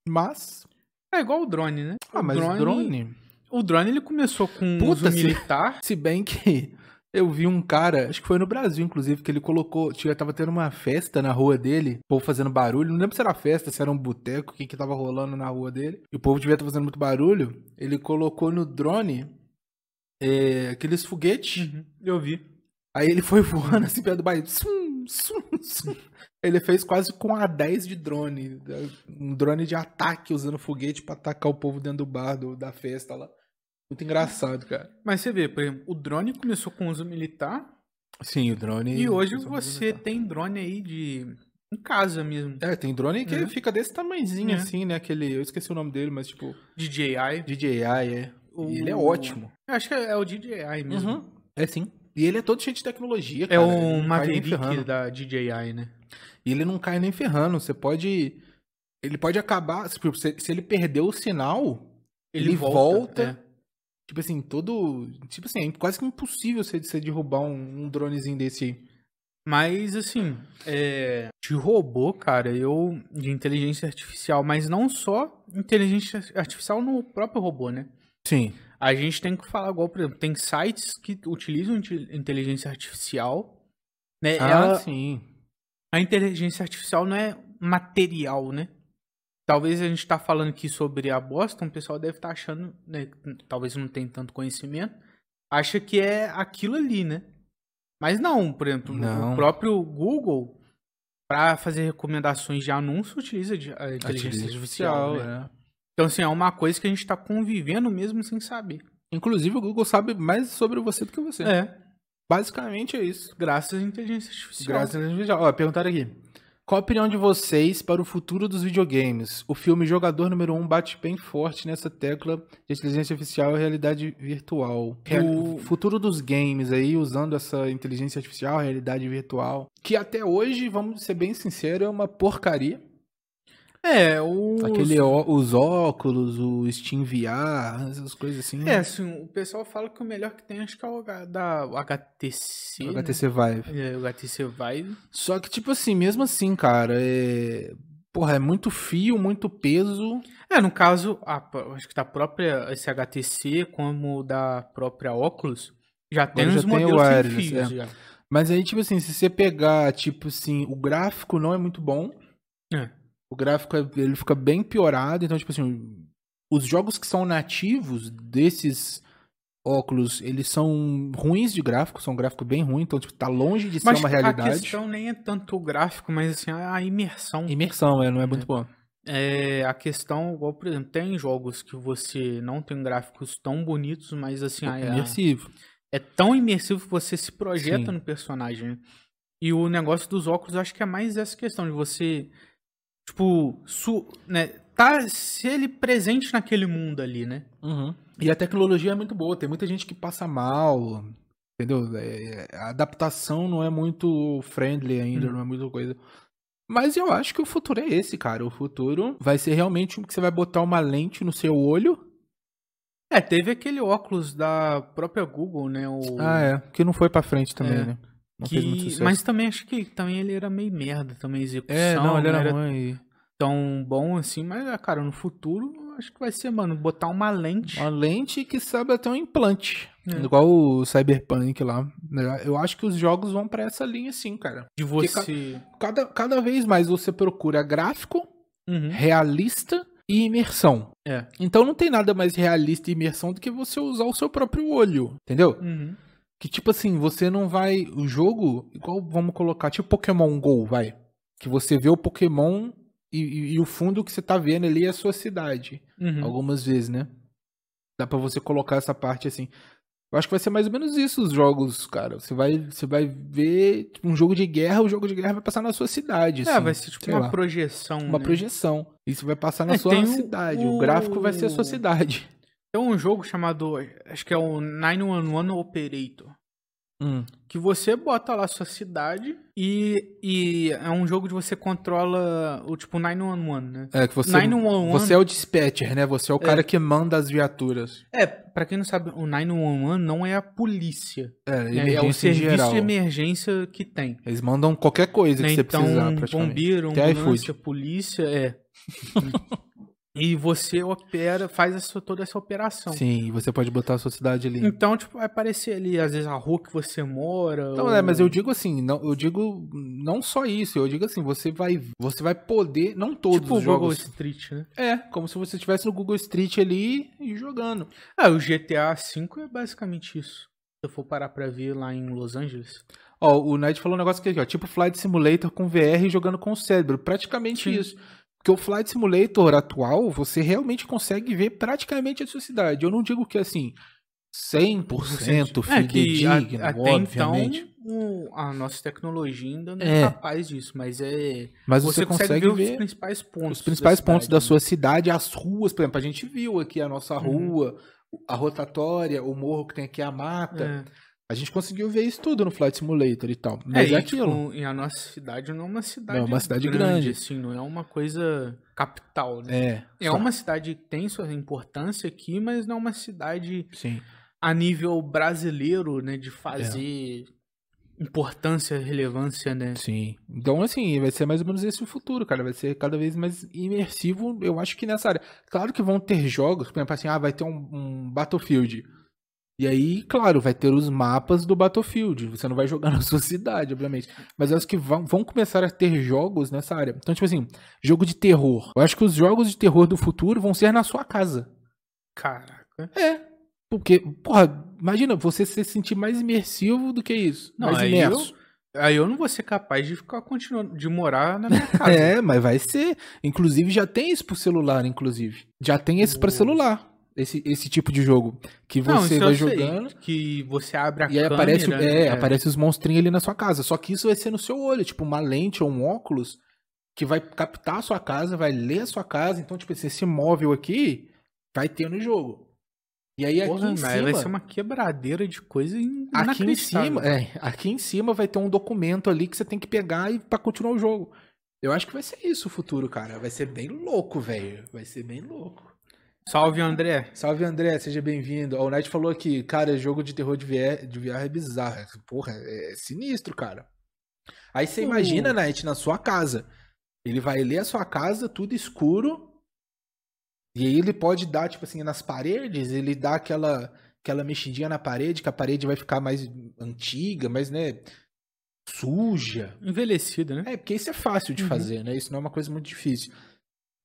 S2: mas.
S1: É igual o drone, né?
S2: Ah, mas drone.
S1: O drone ele começou com
S2: Puta,
S1: uso
S2: se-
S1: militar.
S2: Se bem que [laughs] eu vi um cara, acho que foi no Brasil, inclusive, que ele colocou. Tinha, tava tendo uma festa na rua dele, o povo fazendo barulho. Não lembro se era festa, se era um boteco, o que, que tava rolando na rua dele. E o povo devia estar fazendo muito barulho. Ele colocou no drone é, aqueles foguetes.
S1: Uhum, eu vi.
S2: Aí ele foi [laughs] voando assim perto do bairro. Sum, sum, sum. Ele fez quase com a 10 de drone. da- Um drone de ataque usando foguete pra atacar o povo dentro do bar, do- da festa lá. Muito engraçado, cara.
S1: Mas você vê, por exemplo, o drone começou com uso militar.
S2: Sim, o drone.
S1: E hoje
S2: Só
S1: você tem drone aí de. em casa mesmo.
S2: É, tem drone que
S1: É.
S2: fica desse tamanhozinho
S1: É.
S2: assim, né? Aquele. Eu esqueci o nome dele, mas tipo.
S1: DJI.
S2: DJI, é.
S1: O-
S2: E ele é ótimo.
S1: Eu acho que é o DJI mesmo.
S2: É sim. E ele é todo cheio de tecnologia,
S1: É
S2: cara. ele
S1: o
S2: não cai nem
S1: Maverick
S2: ferrando.
S1: da DJI, né?
S2: E ele não cai nem ferrando. Você pode. Ele pode acabar. tipo, se, se ele perder o sinal, ele, volta.
S1: é.
S2: Tipo assim, todo. Tipo assim, é quase que impossível você, você derrubar um, um dronezinho desse aí.
S1: Mas, assim, é, de robô, cara, eu. de inteligência artificial, mas não só inteligência artificial no próprio robô, né?
S2: Sim.
S1: A gente tem que falar igual, por exemplo, tem sites que utilizam inte- inteligência artificial, né?
S2: Ah,
S1: Ela-
S2: sim.
S1: a inteligência artificial não é material, né? Talvez a gente tá falando aqui sobre a Boston, o pessoal deve estar achando, né? Talvez não tenha tanto conhecimento, acha que é aquilo ali, né? Mas não, por exemplo,
S2: Não.
S1: o próprio Google, para fazer recomendações de anúncio, utiliza de- a inteligência artificial. né?
S2: é.
S1: Então, assim, é uma coisa que a gente tá convivendo mesmo sem saber.
S2: Inclusive, o Google sabe mais sobre você do que você.
S1: É,
S2: Basicamente é isso.
S1: graças à inteligência artificial.
S2: Graças a Deus. Ó, perguntaram aqui. Qual a opinião de vocês para o futuro dos videogames? O filme Jogador Número 1 bate bem forte nessa tecla de inteligência artificial e realidade virtual. Real-
S1: O-
S2: O futuro dos games aí, usando essa inteligência artificial, realidade virtual. Que até hoje, vamos ser bem sinceros, é uma porcaria.
S1: É, o.
S2: Aquele, ó- os óculos, o Steam VR, essas coisas assim.
S1: É, assim, o pessoal fala que o melhor que tem acho que é o H- da o HTC.
S2: O HTC Vive.
S1: Né? É, o HTC Vive.
S2: Só que, tipo assim, mesmo assim, cara, é. Porra, é muito fio, muito peso.
S1: É, no caso, a pró- acho que da própria, esse HTC, como da própria Oculus, já tem
S2: já
S1: uns
S2: tem o
S1: modelos sem
S2: wireless,
S1: fios.
S2: é.
S1: já.
S2: Mas aí, tipo assim, se você pegar, tipo assim, o gráfico não é muito bom.
S1: É.
S2: O gráfico é- ele fica bem piorado. Então, tipo assim, os jogos que são nativos desses óculos, eles são ruins de gráfico, são um gráfico bem ruim. Então, tipo, tá longe de ser
S1: Mas
S2: uma
S1: a
S2: realidade.
S1: questão nem é tanto o gráfico, mas assim, a a imersão.
S2: Imersão, é, não é muito bom.
S1: É, a questão, igual, por exemplo, tem jogos que você não tem gráficos tão bonitos, mas assim, a, a-
S2: Imersivo.
S1: é tão imersivo que você se projeta
S2: Sim.
S1: no personagem. né? E o negócio dos óculos, eu acho que é mais essa questão de você, tipo, su, né, tá se ele presente naquele mundo ali, né?
S2: E a tecnologia é muito boa, tem muita gente que passa mal, entendeu? É, a adaptação não é muito friendly ainda,
S1: Hum.
S2: não é muita coisa. Mas eu acho que o futuro é esse, cara. O futuro vai ser realmente um que você vai botar uma lente no seu olho.
S1: É, teve aquele óculos da própria Google, né? O,
S2: é. Que não foi pra frente também,
S1: É.
S2: né? Não fez muito
S1: que,
S2: sucesso.
S1: mas também acho que também ele era meio merda, também a execução.
S2: é, não, ele
S1: não
S2: era, ruim.
S1: tão bom assim, mas, ah, cara, no futuro eu acho que vai ser, mano, botar uma lente.
S2: Uma lente que sabe até um implante.
S1: É.
S2: Igual o Cyberpunk lá. né? Eu acho que os jogos vão pra essa linha, sim, cara.
S1: De você.
S2: Cada, cada vez mais você procura gráfico
S1: Uhum.
S2: realista e imersão.
S1: É.
S2: Então não tem nada mais realista e imersão do que você usar o seu próprio olho, entendeu?
S1: Uhum.
S2: Que tipo assim, você não vai o jogo igual vamos colocar, tipo Pokémon Go, vai. que você vê o Pokémon e, e- e o fundo que você tá vendo ali é a sua cidade.
S1: Uhum.
S2: Algumas vezes, né? Dá pra você colocar essa parte assim. Eu acho que vai ser mais ou menos isso os jogos, cara. Você vai, você vai ver tipo, um jogo de guerra, o jogo de guerra vai passar na sua cidade.
S1: É,
S2: assim,
S1: vai ser tipo
S2: sei
S1: uma
S2: lá.
S1: projeção.
S2: Uma
S1: né?
S2: projeção. Isso vai passar na
S1: É,
S2: sua
S1: tem o-
S2: cidade. O... gráfico vai ser a sua
S1: o-
S2: cidade.
S1: Tem um jogo chamado. Acho que é o 911 Operator.
S2: Hum.
S1: Que você bota lá sua cidade e, e é um jogo de você controla o tipo 911, né?
S2: É que você,
S1: 911.
S2: você é o dispatcher, né? Você é o cara que manda as viaturas.
S1: É, pra quem não sabe, o 911 não é a polícia.
S2: É,
S1: né? É, o
S2: emergência em
S1: serviço
S2: geral.
S1: de emergência que tem.
S2: Eles mandam qualquer coisa
S1: né?
S2: que você
S1: Então,
S2: precisar, praticamente.
S1: bombeiro, um
S2: Até
S1: ambulância, polícia, é.
S2: [laughs]
S1: e você opera, faz essa- toda essa operação.
S2: Sim, e você pode botar a sua cidade ali.
S1: um- Então, tipo, vai aparecer ali, às vezes, a rua que você mora.
S2: Então,
S1: ou-
S2: é, mas eu digo assim, não, eu digo não só isso, eu digo assim, você vai, você vai poder, não todos
S1: Tipo o
S2: os
S1: Google
S2: jogos.
S1: Street, né?
S2: É, como se você estivesse no Google Street ali e jogando.
S1: Ah, o GTA V é basicamente isso. Se eu for parar pra ver lá em Los Angeles.
S2: Ó, o Knight falou um negócio aqui, ó, tipo Flight Simulator com VR e jogando com o cérebro, praticamente
S1: Sim.
S2: isso. Porque o Flight Simulator atual, você realmente consegue ver praticamente a sua cidade. Eu não digo que assim 100%
S1: É que a-
S2: fidedigno,
S1: até
S2: obviamente.
S1: então o- a nossa tecnologia ainda não
S2: É.
S1: é capaz disso, mas é
S2: mas
S1: você, consegue, ver, os principais pontos.
S2: Os principais pontos da
S1: cidade, né?
S2: sua cidade, as ruas, por exemplo, a gente viu aqui a nossa
S1: Uhum.
S2: rua, a rotatória, o morro que tem aqui a mata.
S1: né?
S2: A gente conseguiu ver isso tudo no Flight Simulator e tal.
S1: É,
S2: Mas é,
S1: e,
S2: aquilo.
S1: tipo, e a nossa cidade não é uma cidade
S2: Não, é uma cidade grande.
S1: assim, não é uma coisa capital, né?
S2: É.
S1: É,
S2: só-
S1: uma cidade que tem sua importância aqui, mas não é uma cidade
S2: Sim.
S1: a nível brasileiro, né, de
S2: É.
S1: fazer importância, relevância, né?
S2: Sim. Então, assim, vai ser mais ou menos esse o futuro, cara. Vai ser cada vez mais imersivo, eu acho que nessa área. Claro que vão ter jogos, por exemplo, assim, ah, vai ter um, um Battlefield. E aí, claro, vai ter os mapas do Battlefield. Você não vai jogar [laughs] na sua cidade, obviamente. Mas eu acho que vão, vão começar a ter jogos nessa área. Então, tipo assim, jogo de terror. Eu acho que os jogos de terror do futuro vão ser na sua casa.
S1: Caraca.
S2: Porque, porra, imagina você se sentir mais imersivo do que isso.
S1: Não,
S2: mais
S1: aí
S2: imerso.
S1: Aí eu não vou ser capaz de ficar continuando, de morar na
S2: [laughs]
S1: minha casa.
S2: É, mas vai ser. Inclusive, já tem isso pro celular, inclusive. Já tem esse pra
S1: Nossa.
S2: celular. Esse, esse tipo de jogo. Que
S1: Hum. Não,
S2: você
S1: isso
S2: vai
S1: eu sei,
S2: jogando
S1: que você abre a
S2: e aí
S1: câmera.
S2: aparece, o- é,
S1: né?
S2: aparece os monstrinhos ali na sua casa. Só que isso vai ser no seu olho, tipo uma lente ou um óculos que vai captar a sua casa, vai ler a sua casa. Então, tipo, assim, esse móvel aqui vai ter no jogo. E aí aqui
S1: Porra,
S2: em
S1: mas aí vai ser
S2: cima,
S1: uma quebradeira de coisa in-
S2: aqui em
S1: inacreditável.
S2: cima, é, aqui em cima vai ter um documento ali que você tem que pegar e para continuar o jogo. Eu acho que vai ser isso o futuro, cara. Vai ser bem louco, velho. Vai ser bem louco.
S1: Salve, André.
S2: Salve, André, seja bem-vindo. Ó, O Knight falou aqui, cara, jogo de terror de VR, de VR é bizarro. Porra, é sinistro, cara. Aí você
S1: O-
S2: imagina, Knight, na sua casa. Ele vai ler a sua casa, tudo escuro. E aí ele pode dar, tipo assim, nas paredes, ele dá aquela, aquela mexidinha na parede, que a parede vai ficar mais antiga, mais, né, suja.
S1: Envelhecido, né?
S2: É, porque isso é fácil de
S1: Uhum.
S2: fazer, né? Isso não é uma coisa muito difícil.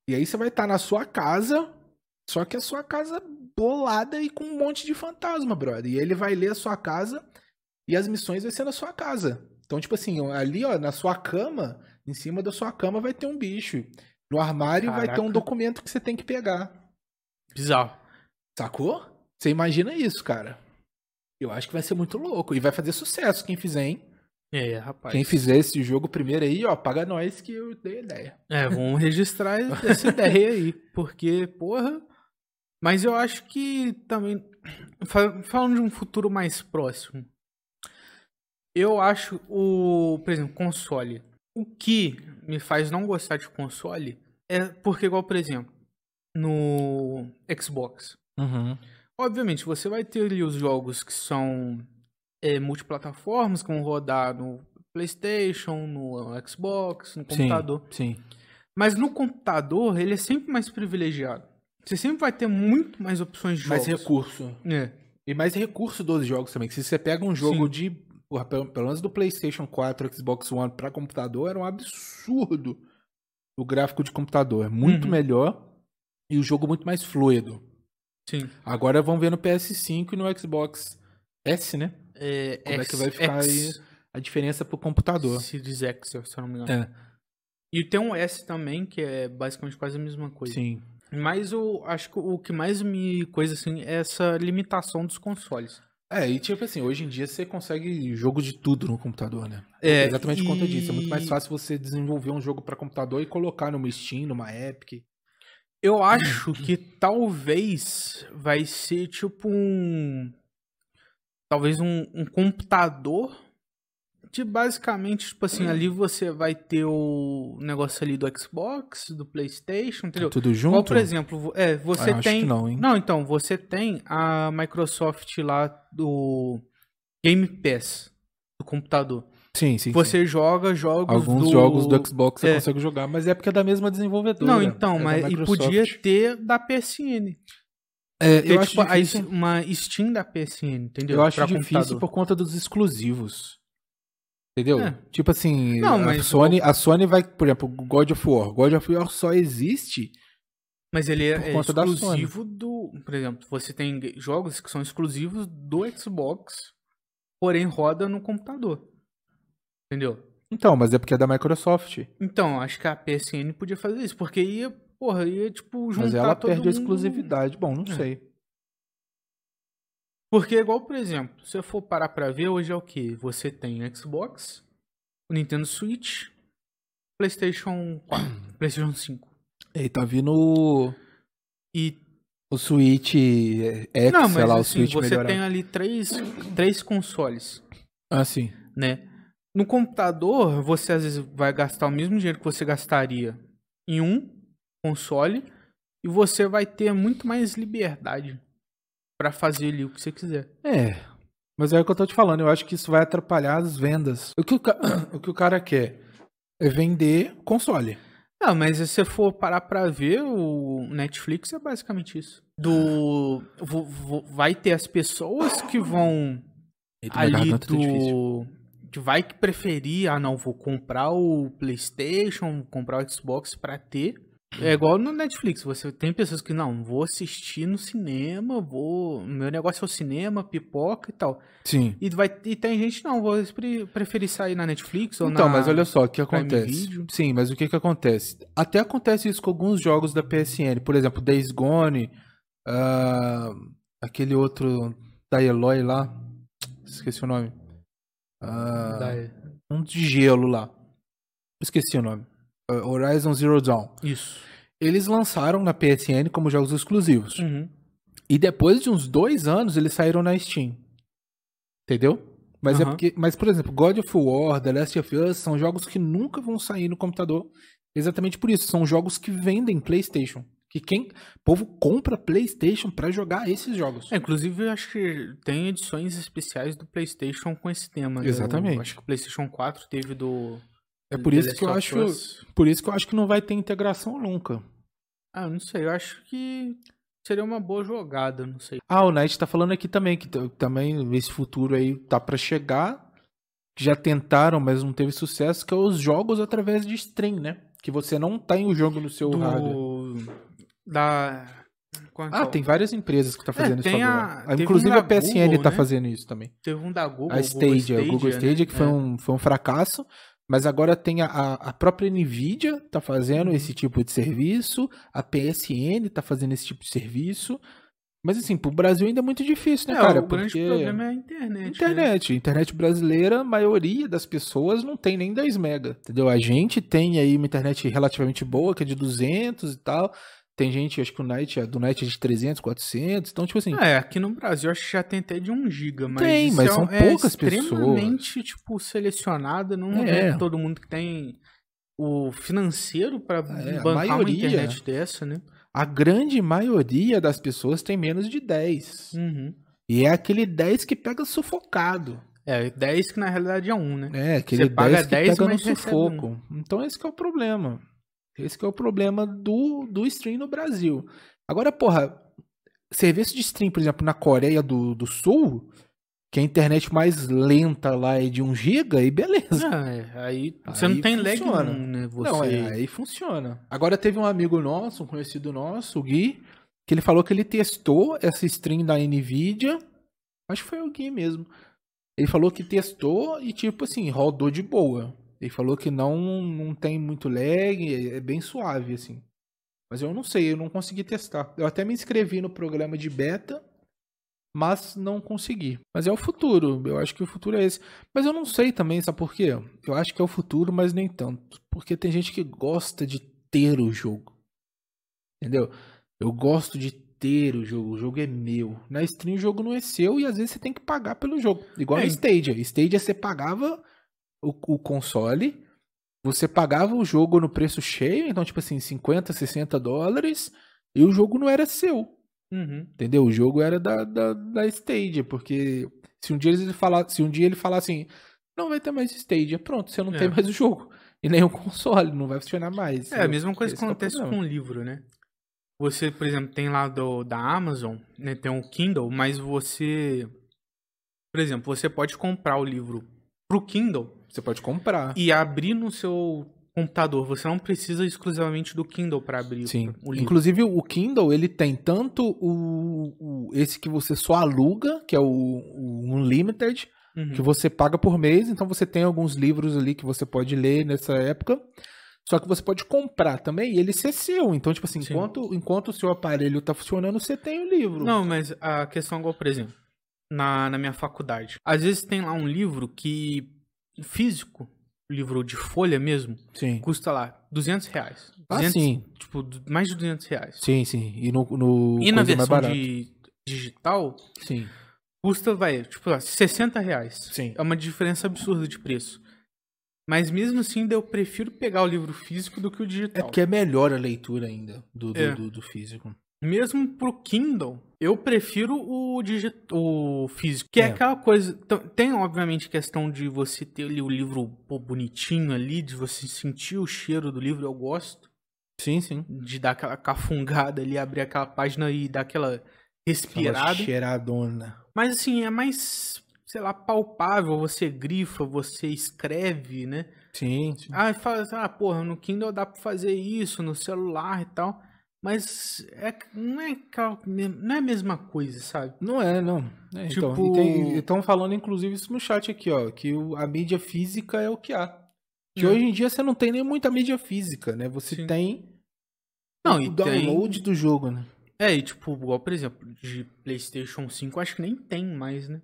S2: E aí você vai estar na sua casa, só que a sua casa bolada e com um monte de fantasma, brother. E aí ele vai ler a sua casa e as missões vai ser na sua casa. Então, tipo assim, ali, ó, na sua cama, em cima da sua cama vai ter um bicho. No armário vai ter um
S1: Caraca.
S2: documento que você tem que pegar.
S1: Bizarro.
S2: Sacou? Você imagina isso, cara. Eu acho que vai ser muito louco. E vai fazer sucesso quem fizer, hein?
S1: É, rapaz.
S2: Quem fizer esse jogo primeiro aí, ó, paga nós que eu dei a ideia.
S1: É, vamos registrar essa ideia aí. Porque, porra. Mas eu acho que também. fa- Falando de um futuro mais próximo. Eu acho o. Por exemplo, console. O que me faz não gostar de console é porque, igual, por exemplo, no Xbox.
S2: Uhum.
S1: Obviamente, você vai ter ali os jogos que são é, multiplataformas, que vão rodar no PlayStation, no Xbox, no computador.
S2: Sim.
S1: Mas no computador, ele é sempre mais privilegiado. Você sempre vai ter muito mais opções de
S2: Mais
S1: jogos.
S2: recurso.
S1: É.
S2: E mais recurso dos jogos também. Que se você pega um jogo
S1: Sim.
S2: de. porra, Pelo pelo menos do PlayStation 4, Xbox One pra computador, era um absurdo o gráfico de computador. É muito
S1: Uhum.
S2: melhor e o jogo muito mais fluido.
S1: Sim.
S2: Agora vão ver no PS5 e no Xbox S, né?
S1: É,
S2: Como é
S1: X-
S2: que vai ficar
S1: X,
S2: A diferença pro computador.
S1: Series X, se eu não me engano.
S2: É.
S1: E tem um S também, que é basicamente quase a mesma coisa.
S2: Sim.
S1: Mas eu acho que o que mais me coisa assim é essa limitação dos consoles.
S2: É, e tipo assim, hoje em dia você consegue jogo de tudo no computador, né?
S1: É,
S2: Exatamente por conta
S1: e-
S2: disso. É muito mais fácil você desenvolver um jogo pra computador e colocar numa Steam, numa Epic. [clears throat]
S1: Eu acho que talvez vai ser tipo um. Talvez um, um computador. De basicamente, tipo assim,
S2: Hum.
S1: ali você vai ter o negócio ali do Xbox, do PlayStation, entendeu?
S2: Tá Tudo junto?
S1: Igual, por exemplo, vo- é, você
S2: Ah, acho
S1: tem.
S2: que não, hein?
S1: Não, então, você tem a Microsoft lá do Game Pass do computador.
S2: Sim, sim. sim.
S1: Você joga jogos
S2: Alguns
S1: do...
S2: jogos do Xbox você
S1: É.
S2: consegue jogar, mas é porque é da mesma desenvolvedora.
S1: Não,
S2: é
S1: então,
S2: da
S1: mas e
S2: Microsoft.
S1: podia ter da PSN.
S2: É,
S1: Ter,
S2: eu acho
S1: tipo, a
S2: difícil-
S1: es- uma Steam da PSN, entendeu?
S2: Eu acho
S1: Pra
S2: difícil
S1: computador.
S2: por conta dos exclusivos. Entendeu?
S1: É.
S2: Tipo assim,
S1: Não,
S2: a,
S1: mas-
S2: Sony, a Sony vai, por exemplo, God of War. God of War só existe.
S1: Mas ele é,
S2: por
S1: é
S2: conta da
S1: exclusivo do... Por exemplo, você tem g- jogos que são exclusivos do Xbox, porém roda no computador. Entendeu?
S2: Então, mas é porque é da Microsoft.
S1: Então, acho que a PSN podia fazer isso, porque ia, porra, ia, tipo, juntar
S2: Mas ela
S1: todo
S2: perde a
S1: mundo-
S2: exclusividade. Bom, não
S1: É.
S2: sei.
S1: Porque, igual, por exemplo, se eu for parar pra ver, hoje é o que? Você tem Xbox, Nintendo Switch, PlayStation 4,
S2: [coughs]
S1: PlayStation 5.
S2: E tá vindo o,
S1: E,
S2: o Switch é, X,
S1: não,
S2: sei
S1: mas
S2: lá, o
S1: assim,
S2: Switch
S1: você
S2: melhorado.
S1: tem ali três, três consoles,
S2: Ah, sim.
S1: né? No computador, você às vezes vai gastar o mesmo dinheiro que você gastaria em um console e você vai ter muito mais liberdade pra fazer ali o que você quiser.
S2: É. Mas é o que eu tô te falando. Eu acho que isso vai atrapalhar as vendas. O que o, ca- [coughs] o, que o cara quer é vender console.
S1: Ah, mas se você for parar pra ver, o Netflix é basicamente isso. Do. vo- vo- Vai ter as pessoas que vão ali do. Que vai que preferir, ah não, vou comprar o Playstation, comprar o Xbox pra ter. É igual no Netflix, você tem pessoas que não, vou assistir no cinema, vou. Meu negócio é o cinema, pipoca e tal.
S2: Sim.
S1: E, vai, e tem gente, não, vou pre- preferir sair na Netflix ou
S2: Então,
S1: na.
S2: mas olha só o que
S1: Prime
S2: acontece.
S1: Video.
S2: Sim, mas o que que acontece? Até acontece isso com alguns jogos da PSN. Por exemplo, Days Gone, ah, aquele outro da Eloy lá, esqueci o nome. Ah,
S1: Da- é,
S2: um de gelo lá. Esqueci o nome. Ah, Horizon Zero Dawn.
S1: Isso.
S2: Eles lançaram na PSN como jogos exclusivos.
S1: Uhum.
S2: E depois de uns dois anos, eles saíram na Steam. Entendeu? Mas, é
S1: Aham.
S2: porque, mas, por exemplo, God of War, The Last of Us são jogos que nunca vão sair no computador. Exatamente por isso. São jogos que vendem PlayStation. Que quem. O povo compra PlayStation pra jogar esses jogos.
S1: É, inclusive, eu acho que tem edições especiais do PlayStation com esse tema. né?
S2: Exatamente.
S1: Eu acho que o PlayStation 4 teve do.
S2: É por
S1: The
S2: isso
S1: Last
S2: que eu
S1: of
S2: acho-
S1: Us.
S2: Por isso que eu acho que não vai ter integração nunca.
S1: Ah, eu não sei. Eu acho que seria uma boa jogada, não sei.
S2: Ah, o Knight tá falando aqui também, que t- também esse futuro aí tá pra chegar. que Já tentaram, mas não teve sucesso, que é os jogos através de stream, né? Que você não tem o jogo no seu hardware.
S1: Do. Da. qual é que
S2: Ah,
S1: é o-
S2: tem várias empresas que tá fazendo
S1: tem
S2: isso
S1: a-
S2: agora. Ah,
S1: teve
S2: Inclusive
S1: um da
S2: a PSN
S1: Google,
S2: tá
S1: né?
S2: fazendo isso também.
S1: Teve um da Google.
S2: a Stadia, o Google Stadia, que foi,
S1: um
S2: um, foi um fracasso, mas agora tem a, a a própria Nvidia tá
S1: Uhum.
S2: fazendo esse tipo de serviço, a PSN tá fazendo esse tipo de serviço. Mas assim, pro Brasil ainda é muito difícil, né,
S1: É,
S2: cara?
S1: o grande
S2: Porque
S1: problema é a internet. né?
S2: internet, internet brasileira, a maioria das pessoas não tem nem 10 mega, entendeu? A gente tem aí uma internet relativamente boa, que é de 200 e tal. Tem gente, acho que o Night, do Night é de 300, 400, então tipo assim,
S1: É, aqui no Brasil acho que já tem até de 1 giga, mas
S2: Tem,
S1: isso
S2: mas
S1: é,
S2: são
S1: é
S2: poucas
S1: extremamente, tipo, selecionado, não é.
S2: É.
S1: todo mundo que tem o financeiro pra
S2: É, a
S1: bancar uma
S2: maioria.
S1: internet dessa, né?
S2: A grande maioria das pessoas tem menos de 10.
S1: Uhum.
S2: E é aquele 10 que pega sufocado.
S1: É, 10 que na realidade é 1, né?
S2: É, aquele
S1: Você paga
S2: 10 que
S1: 10,
S2: pega no
S1: mas recebe um.
S2: sufoco. Então esse que é o problema. Esse que é o problema do, do stream no Brasil. Agora, porra, serviço de stream, por exemplo, na Coreia do, do Sul, que a internet mais lenta lá é de 1 GB, e beleza.
S1: Ah, é, aí você
S2: Aí
S1: não tem lag
S2: funciona.
S1: nenhum, né? Você...
S2: Não, é, aí funciona. Agora teve um amigo nosso, um conhecido nosso, o Gui, que ele falou que ele testou essa stream da Nvidia. Acho que foi o Gui mesmo. Ele falou que testou e, tipo assim, rodou de boa. Ele falou que não, não tem muito lag, é bem suave, assim. Mas eu não sei, eu não consegui testar. Eu até me inscrevi no programa de beta, mas não consegui. Mas é o futuro, eu acho que o futuro é esse. Mas eu não sei também, sabe por quê? Eu acho que é o futuro, mas nem tanto. Porque tem gente que gosta de ter o jogo. Entendeu? Eu gosto de ter o jogo, o jogo é meu. Na stream o jogo não é seu e às vezes você tem que pagar pelo jogo. Igual
S1: É,
S2: na
S1: e-
S2: Stadia. Stadia você pagava o, o console, você pagava o jogo no preço cheio, então tipo assim, 50, 60 dólares, e o jogo não era seu.
S1: Uhum.
S2: Entendeu? O jogo era da, da, da Stadia, porque se um dia ele falar, se um dia ele falar assim, não vai ter mais Stadia, pronto, você não
S1: É.
S2: tem mais o jogo. E nem o console, não vai funcionar mais.
S1: É, a
S2: entendeu?
S1: mesma coisa que
S2: Esse é o
S1: acontece
S2: problema.
S1: com o livro, né? Você, por exemplo, tem lá do, da Amazon, né? Tem o Kindle, mas você. Por exemplo, você pode comprar o livro pro Kindle
S2: Você pode comprar.
S1: e abrir no seu computador. Você não precisa exclusivamente do Kindle para abrir
S2: Sim.
S1: o livro.
S2: Inclusive, o Kindle, ele tem tanto o, o- esse que você só aluga, que é o, o Unlimited,
S1: Uhum.
S2: que você paga por mês, então você tem alguns livros ali que você pode ler nessa época. Só que você pode comprar também e ele ser seu. Então, tipo assim,
S1: Sim.
S2: enquanto, enquanto o seu aparelho tá funcionando, você tem o livro.
S1: Não, mas a questão é igual, por exemplo, na, na minha faculdade. Às vezes tem lá um livro que. físico, livro de folha mesmo,
S2: Sim.
S1: custa lá 200 reais.
S2: Ah,
S1: 200,
S2: sim.
S1: Tipo, du- mais de 200 reais.
S2: Sim, sim. E no, no
S1: E na
S2: coisa é
S1: versão
S2: mais barato.
S1: de digital,
S2: Sim.
S1: custa, vai, tipo, ó, 60 reais.
S2: Sim.
S1: É uma diferença absurda de preço. Mas mesmo assim, eu prefiro pegar o livro físico do que o
S2: É
S1: digital.
S2: porque é melhor a leitura ainda do, do,
S1: É.
S2: do- do físico.
S1: Mesmo pro Kindle, eu prefiro o, digi- o físico. Que é.
S2: É.
S1: aquela coisa. t- Tem, obviamente, questão de você ter ali o livro pô, bonitinho ali, de você sentir o cheiro do livro, eu gosto.
S2: Sim, sim.
S1: De dar aquela cafungada ali, abrir aquela página e dar aquela
S2: Aquela
S1: respirada.
S2: cheiradona.
S1: Mas assim, é mais, sei lá, palpável. Você grifa, você escreve, né?
S2: Sim, sim.
S1: Ah, e fala, assim, ah, porra, no Kindle dá pra fazer isso, no celular e tal. Mas é, não, é, aquela- não é a mesma coisa, sabe?
S2: Não é, não. É,
S1: Tipo-
S2: Então, estão falando, inclusive, isso no chat aqui, ó. Que o- a mídia física é o que há. Que
S1: Hum.
S2: hoje em dia você não tem nem muita mídia física, né? Você
S1: Sim.
S2: tem
S1: Não,
S2: o
S1: e tem.
S2: download do jogo, né?
S1: É, e tipo, igual, por exemplo, de PlayStation 5, acho que nem tem mais, né?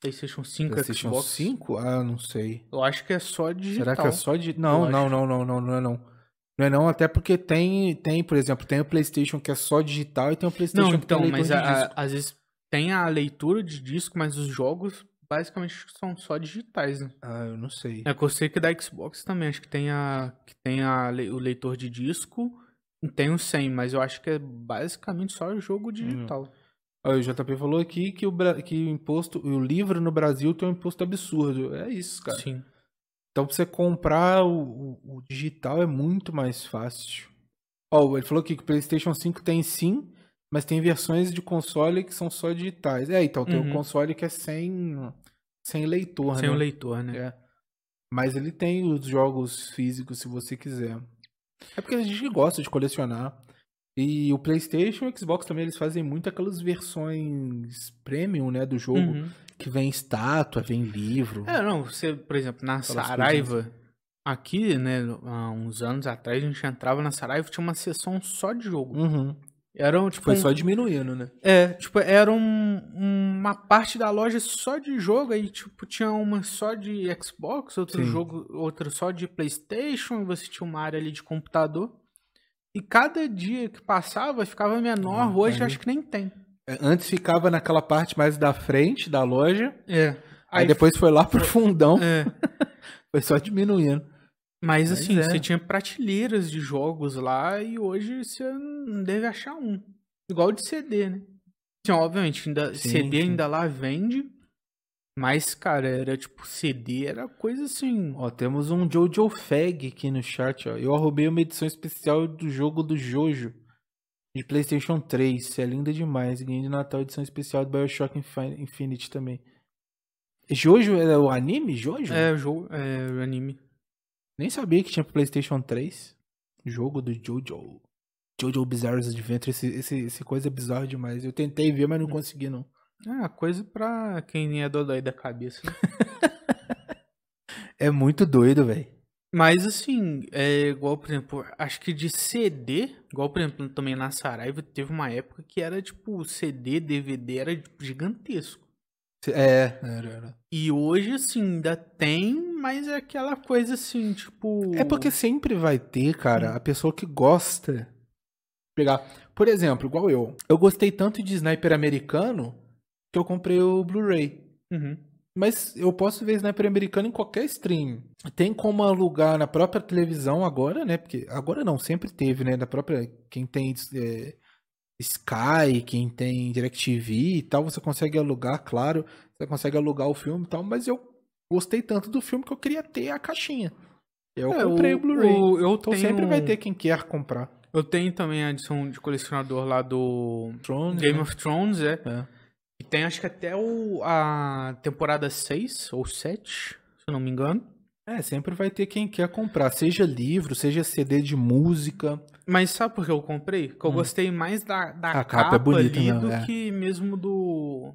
S1: PlayStation 5,
S2: PlayStation
S1: Xbox.
S2: 5? Ah, não sei.
S1: Eu acho que é só digital.
S2: Será que é só de. Não,
S1: Eu
S2: não,
S1: acho.
S2: não, não, não, não é não. Não é não, até porque tem, tem, por exemplo, tem o PlayStation que é só digital e tem o PlayStation
S1: Não,
S2: que tem
S1: então, mas
S2: leitor de
S1: a-
S2: disco.
S1: às vezes tem a leitura de disco, mas os jogos basicamente são só digitais, né?
S2: Ah, eu não sei.
S1: É que eu sei que da Xbox também, acho que tem, a, que tem a, le- o leitor de disco e tem o 100, mas eu acho que é basicamente só o jogo digital.
S2: Hum, Ó, o JP falou aqui que o, Bra- que o imposto, o livro no Brasil tem um imposto absurdo. É isso, cara.
S1: Sim.
S2: Então, pra você comprar o, o- o digital é muito mais fácil. Ó, ele falou aqui que o PlayStation 5 tem sim, mas tem versões de console que são só digitais. É, então, tem
S1: Uhum.
S2: um console que é sem, sem leitor,
S1: Sem
S2: né?
S1: o leitor, né?
S2: É. Mas ele tem os jogos físicos se você quiser. É porque a gente gosta de colecionar. E o PlayStation e o Xbox também eles fazem muito aquelas versões premium, né, do jogo,
S1: Uhum.
S2: que vem estátua, vem livro.
S1: É, não, você, por exemplo, na
S2: Aquelas
S1: Saraiva, aqui, né, há uns anos atrás, a gente entrava na Saraiva tinha uma sessão só de jogo.
S2: Uhum.
S1: Era, um, tipo,
S2: Foi
S1: um-
S2: só diminuindo, né?
S1: É, tipo, era um- uma parte da loja só de jogo, aí, tipo, tinha uma só de Xbox, outro
S2: Sim.
S1: jogo, outra só de Playstation, e você tinha uma área ali de computador. E cada dia que passava ficava menor,
S2: Ah,
S1: hoje
S2: aí-
S1: acho que nem tem.
S2: É, Antes ficava naquela parte mais da frente da loja,
S1: É.
S2: aí, depois foi lá pro fundão,
S1: É.
S2: foi só diminuindo.
S1: Mas
S2: Mas
S1: assim,
S2: é.
S1: você tinha prateleiras de jogos lá e hoje você não deve achar um. Igual de CD, né? Assim, obviamente, ainda,
S2: Sim,
S1: CD
S2: sim.
S1: ainda lá vende. Mas, cara, era tipo, CD era coisa assim.
S2: Ó, temos um Jojo Fag aqui no chat, ó. Eu arrumei uma edição especial do jogo do Jojo de PlayStation 3. Isso é linda demais. Ganhei de Natal edição especial do BioShock Infi- Infinite também. Jojo é o anime Jojo?
S1: É, jogo, é anime.
S2: Nem sabia que tinha pro PlayStation 3. Jogo do Jojo. Jojo Bizarre's Adventure. Esse, esse, esse coisa é bizarro demais. Eu tentei ver, mas não consegui, não.
S1: É, uma coisa pra quem é dodói da cabeça. né?
S2: É muito doido, velho.
S1: Mas assim, é igual, por exemplo, acho que de CD, igual, por exemplo, também na Saraiva teve uma época que era tipo CD, DVD era tipo, gigantesco.
S2: É, era, era.
S1: E hoje, assim, ainda tem, mas é aquela coisa assim, tipo.
S2: É porque sempre vai ter, cara, a pessoa que gosta. Pegar. Por exemplo, igual eu. Eu gostei tanto de sniper americano que eu comprei o Blu-ray.
S1: Uhum.
S2: Mas eu posso ver sniper americano em qualquer stream. Tem como alugar na própria televisão agora, né? Porque agora não, sempre teve, né? Da própria. Quem tem é, Sky, quem tem DirecTV e tal, você consegue alugar, claro. Você consegue alugar o filme e tal, mas eu gostei tanto do filme que eu queria ter a caixinha. Eu
S1: É,
S2: comprei
S1: o-
S2: o, Blu-ray.
S1: o- um eu
S2: Então
S1: tenho-
S2: sempre vai ter quem quer comprar.
S1: Eu tenho também a edição de colecionador lá do
S2: Thrones,
S1: Game
S2: né?
S1: of Thrones, é.
S2: É.
S1: E tem acho que até o, a temporada 6 ou 7, se eu não me engano.
S2: É, sempre vai ter quem quer comprar, seja livro, seja CD de música.
S1: Mas sabe por que eu comprei? Que eu gostei mais da, da
S2: Hum. A
S1: capa,
S2: capa é bonita,
S1: ali
S2: né?
S1: do
S2: É.
S1: que mesmo do.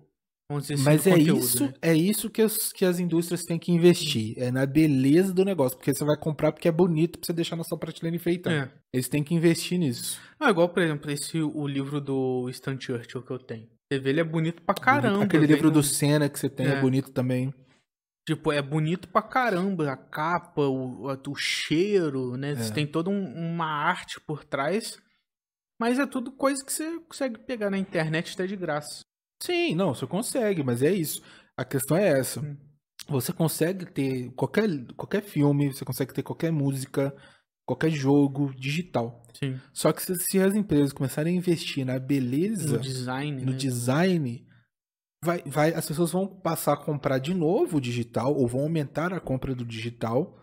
S1: Vamos dizer assim,
S2: Mas
S1: do
S2: é
S1: conteúdo,
S2: isso,
S1: né?
S2: é isso que as, que as indústrias têm que investir, é na beleza do negócio, porque você vai comprar porque é bonito pra você deixar na sua prateleira enfeitando.
S1: É.
S2: Eles têm que investir nisso.
S1: Ah, igual, por exemplo, esse o livro do Stan Churchill que eu tenho. Você vê, ele é bonito pra caramba.
S2: Aquele
S1: vem
S2: livro
S1: no-
S2: do Senna que você tem é,
S1: É.
S2: bonito também.
S1: Tipo, é bonito pra caramba. A capa, o, a- o cheiro, né?
S2: É.
S1: Você tem toda um- uma arte por trás. Mas é tudo coisa que você consegue pegar na internet até de graça.
S2: Sim, não, você consegue, mas é isso. A questão é essa.
S1: Hum.
S2: Você consegue ter qualquer, qualquer filme, você consegue ter qualquer música, qualquer jogo digital.
S1: Sim.
S2: Só que se, se as empresas começarem a investir na beleza,
S1: No design,
S2: no
S1: né?
S2: design, vai, vai, as pessoas vão passar a comprar de novo o digital ou vão aumentar a compra do digital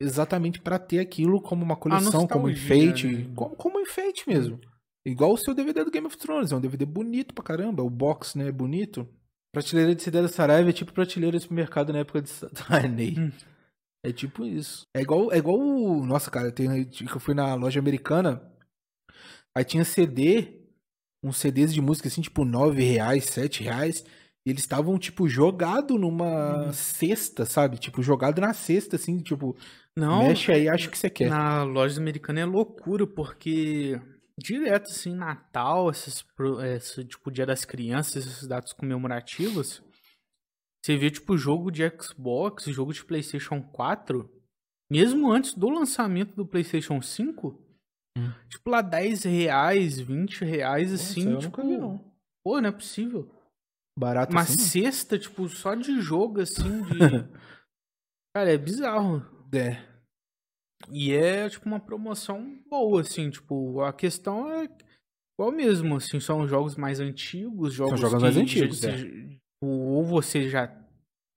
S2: exatamente para ter aquilo como uma coleção, como
S1: nostalgia,
S2: enfeite,
S1: né?
S2: como, como enfeite mesmo. Igual o seu DVD do Game of Thrones, é um DVD bonito pra caramba, o box, né, é bonito. Prateleira de CD da Saraiva é tipo prateleira de supermercado na época de [laughs] Saturday.
S1: Hum.
S2: É tipo isso. É igual, é igual o... Nossa, cara, tem, que eu fui na loja americana, aí tinha CD uns CDs de música assim, tipo, 9 reais, 7 reais. E eles estavam, tipo, jogado numa
S1: Hum.
S2: cesta, sabe? Tipo, jogado na cesta, assim, tipo,
S1: Não,
S2: mexe aí, acho que você quer.
S1: na loja americana é loucura, porque direto, assim, Natal, esses, pro- esse, tipo, Dia das Crianças, essas datas comemorativas, você vê, tipo, jogo de Xbox, jogo de PlayStation 4, mesmo antes do lançamento do PlayStation 5,
S2: Hum.
S1: tipo, lá 10 reais, 20 reais, assim,
S2: eu
S1: tipo,
S2: nunca vi, não.
S1: pô, não é possível.
S2: Barato
S1: Uma
S2: assim.
S1: cesta, tipo, só de jogo, assim,
S2: [laughs]
S1: de... Cara, é bizarro.
S2: É.
S1: E é, tipo, uma promoção boa, assim, tipo, a questão é qual mesmo, assim, são jogos mais antigos, jogos,
S2: jogos
S1: que
S2: mais antigos,
S1: você-
S2: é.
S1: tipo, ou você já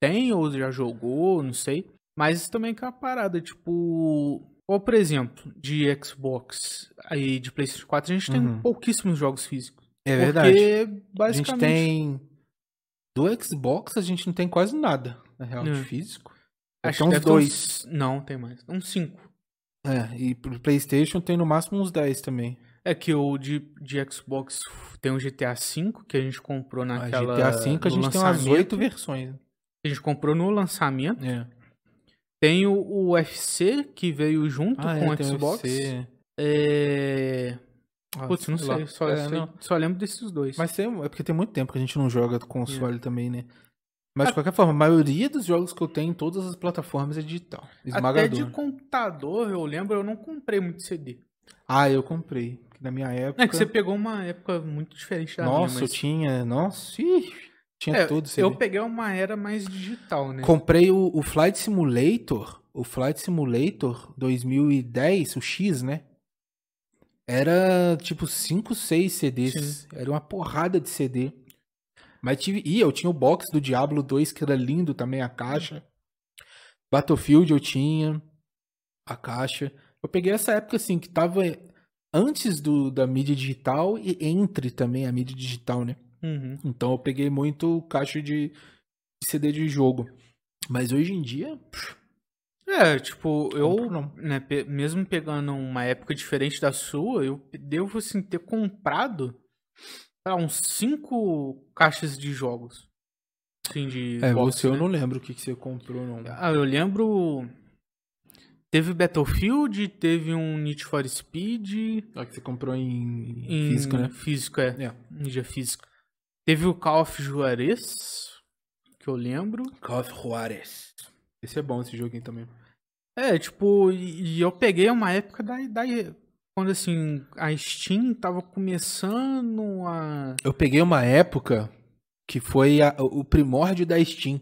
S1: tem, ou já jogou, não sei, mas também que é uma parada, tipo, ou por exemplo, de Xbox aí de PlayStation 4, a gente tem
S2: Uhum.
S1: pouquíssimos jogos físicos.
S2: É verdade.
S1: Porque,
S2: A gente
S1: basicamente,
S2: tem... Do Xbox, a gente não tem quase nada, na real, de
S1: É.
S2: físico.
S1: acho
S2: tem
S1: que
S2: uns
S1: deve ter
S2: dois.
S1: uns- Não, tem mais. Uns cinco.
S2: É, e pro Playstation tem no máximo uns 10 também.
S1: É que o de, de Xbox tem o GTA V que a gente comprou naquela.
S2: Ah, a GTA V
S1: no
S2: a gente tem umas
S1: lançamento,
S2: 8 versões.
S1: que A gente comprou no lançamento.
S2: É.
S1: Tem o, o UFC que veio junto
S2: Ah, é,
S1: com o
S2: tem o
S1: Xbox.
S2: UFC.
S1: É...
S2: Ah,
S1: Putz, não
S2: lá.
S1: sei. Só,
S2: É,
S1: sei-
S2: não.
S1: só lembro desses dois.
S2: Mas tem- é porque tem muito tempo que a gente não joga
S1: É.
S2: console também, né? Mas
S1: Ah.
S2: de qualquer forma, a maioria dos jogos que eu tenho em todas as plataformas é digital.
S1: Até
S2: Esmagador.
S1: de computador, eu lembro, eu não comprei muito CD.
S2: Ah, eu comprei. que Na minha época.
S1: É que você pegou uma época muito diferente da
S2: Nossa,
S1: minha.
S2: eu
S1: mas-
S2: tinha. Nossa, ih, tinha
S1: É,
S2: tudo. CD.
S1: Eu peguei uma era mais digital, né?
S2: Comprei o, o Flight Simulator. O Flight Simulator 2010, o X, né? Era tipo 5, 6 CDs. Era uma porrada de CD. Mas tive. E eu tinha o box do Diablo 2, que era lindo também, a caixa. Battlefield eu tinha. A caixa. Eu peguei essa época assim, que tava antes do, da mídia digital e entre também a mídia digital, né?
S1: Uhum.
S2: Então eu peguei muito caixa de, de CD de jogo. Mas hoje em dia,
S1: É, tipo, eu
S2: compro não.
S1: né, pe- mesmo pegando uma época diferente da sua, eu devo assim, ter comprado sei lá, uns cinco caixas de jogos. Sim, de
S2: É,
S1: boxe,
S2: você eu
S1: né?
S2: não lembro o que, que você comprou, não.
S1: Ah, eu lembro. Teve Battlefield, teve um Need for Speed.
S2: Ah, que você comprou em,
S1: Em...
S2: físico, né?
S1: Físico, é.
S2: É.
S1: Mídia física. Teve o Call of Juarez, que eu lembro.
S2: Call of Juarez. Esse é bom, esse joguinho também.
S1: É, tipo, e e eu peguei uma época da, da quando assim, a Steam tava começando a.
S2: Eu peguei uma época que foi a- o primórdio da Steam.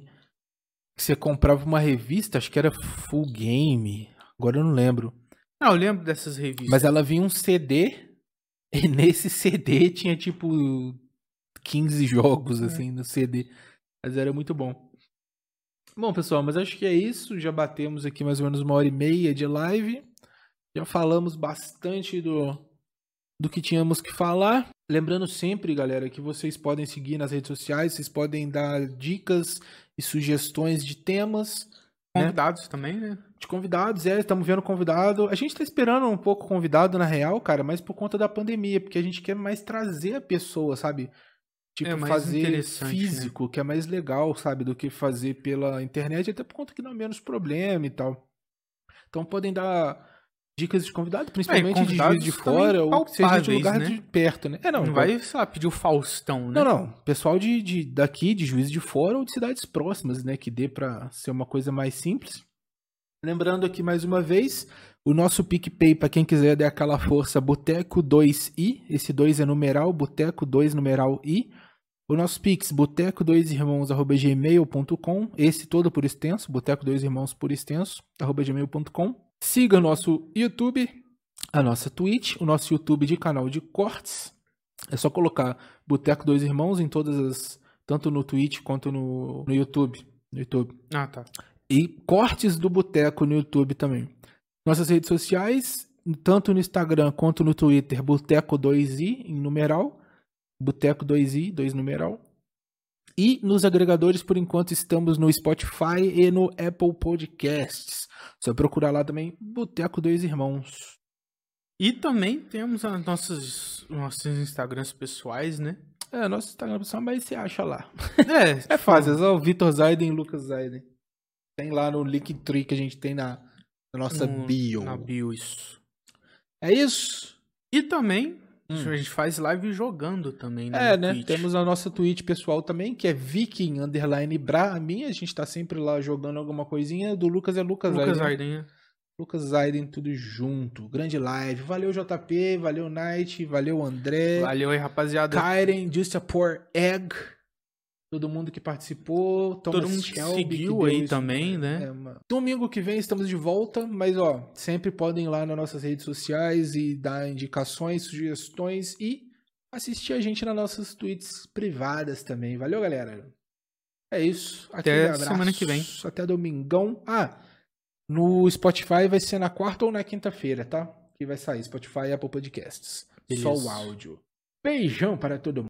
S2: Que você comprava uma revista, acho que era Full Game. Agora eu não lembro.
S1: Não, eu lembro dessas revistas.
S2: Mas ela vinha um CD. [laughs] E nesse CD tinha tipo 15 jogos, assim, no CD. Mas era muito bom. Bom, pessoal, mas acho que é isso. Já batemos aqui mais ou menos uma hora e meia de live. Já falamos bastante do, do que tínhamos que falar. Lembrando sempre, galera, que vocês podem seguir nas redes sociais, vocês podem dar dicas e sugestões de temas né?
S1: Convidados também, né?
S2: de convidados, é, estamos vendo convidado. A gente tá esperando um pouco convidado, na real, cara, mas por conta da pandemia, porque a gente quer mais trazer a pessoa, sabe? Tipo,
S1: É mais
S2: fazer
S1: interessante, né?
S2: físico, que é mais legal, sabe, do que fazer pela internet, até por conta que dá menos problema e tal. Então podem dar dicas de convidados, principalmente
S1: É, convidados
S2: de juiz de
S1: também
S2: fora, ou que seja de
S1: palpáveis,
S2: lugar
S1: né?
S2: de perto, né? É, não,
S1: Não vai, sei lá, pedir o Faustão, né?
S2: não, não. Pessoal de, de- daqui, de juízo de fora ou de cidades próximas, né? Que dê pra ser uma coisa mais simples. Lembrando aqui mais uma vez, o nosso PicPay, pra quem quiser dar aquela força, Boteco 2i. Esse 2 é numeral, Boteco 2 numeral i. O nosso Pix, boteco2irmãos.gmail.com. Esse todo por extenso, boteco2irmãos por extenso, arroba gmail.com. Siga o nosso YouTube, a nossa Twitch, o nosso YouTube de canal de cortes. É só colocar Boteco Dois Irmãos em todas as. Tanto no Twitch quanto no, no YouTube. No YouTube.
S1: Ah, tá.
S2: E cortes do Boteco no YouTube também. Nossas redes sociais, tanto no Instagram quanto no Twitter, Boteco 2i em numeral. Boteco 2i, 2 numeral. E nos agregadores, por enquanto, estamos no Spotify e no Apple Podcasts. Só procurar lá também Boteco Dois Irmãos.
S1: E também temos as nossas, nossos Instagrams pessoais, né?
S2: É, nosso Instagram pessoal, mas você acha lá.
S1: É,
S2: [laughs] É fácil, é só o Vitor Zaiden e o Lucas Zaiden. Tem lá no Linktree que a gente tem na, na nossa
S1: No-
S2: bio.
S1: na bio isso.
S2: É isso?
S1: E também,
S2: Hum.
S1: a gente faz live jogando também, né?
S2: É,
S1: no
S2: né?
S1: Twitch.
S2: Temos a nossa Twitch pessoal também, que é Viking Underline Bra. A minha, a gente tá sempre lá jogando alguma coisinha. Do Lucas é Lucas,
S1: Lucas
S2: Zaiden.
S1: Arden, né?
S2: Lucas Zaiden, tudo junto. Grande live. Valeu, JP. Valeu, Knight. Valeu, André.
S1: Valeu aí, rapaziada.
S2: Kyren, Just a Poor Egg. Todo mundo que participou. Thomas
S1: Todo mundo que
S2: Shelby,
S1: seguiu
S2: deu
S1: aí
S2: isso-
S1: também, né?
S2: É, mano. Domingo que vem estamos de volta, mas ó, sempre podem ir lá nas nossas redes sociais e dar indicações, sugestões e assistir a gente nas nossas tweets privadas também. Valeu, galera. É isso. Aquele
S1: Até semana que vem.
S2: Até domingão. Ah, no Spotify vai ser na quarta ou na quinta-feira, tá? Que vai sair Spotify e Apple Podcasts. Só o
S1: Beleza.
S2: áudio. Beijão para todo mundo.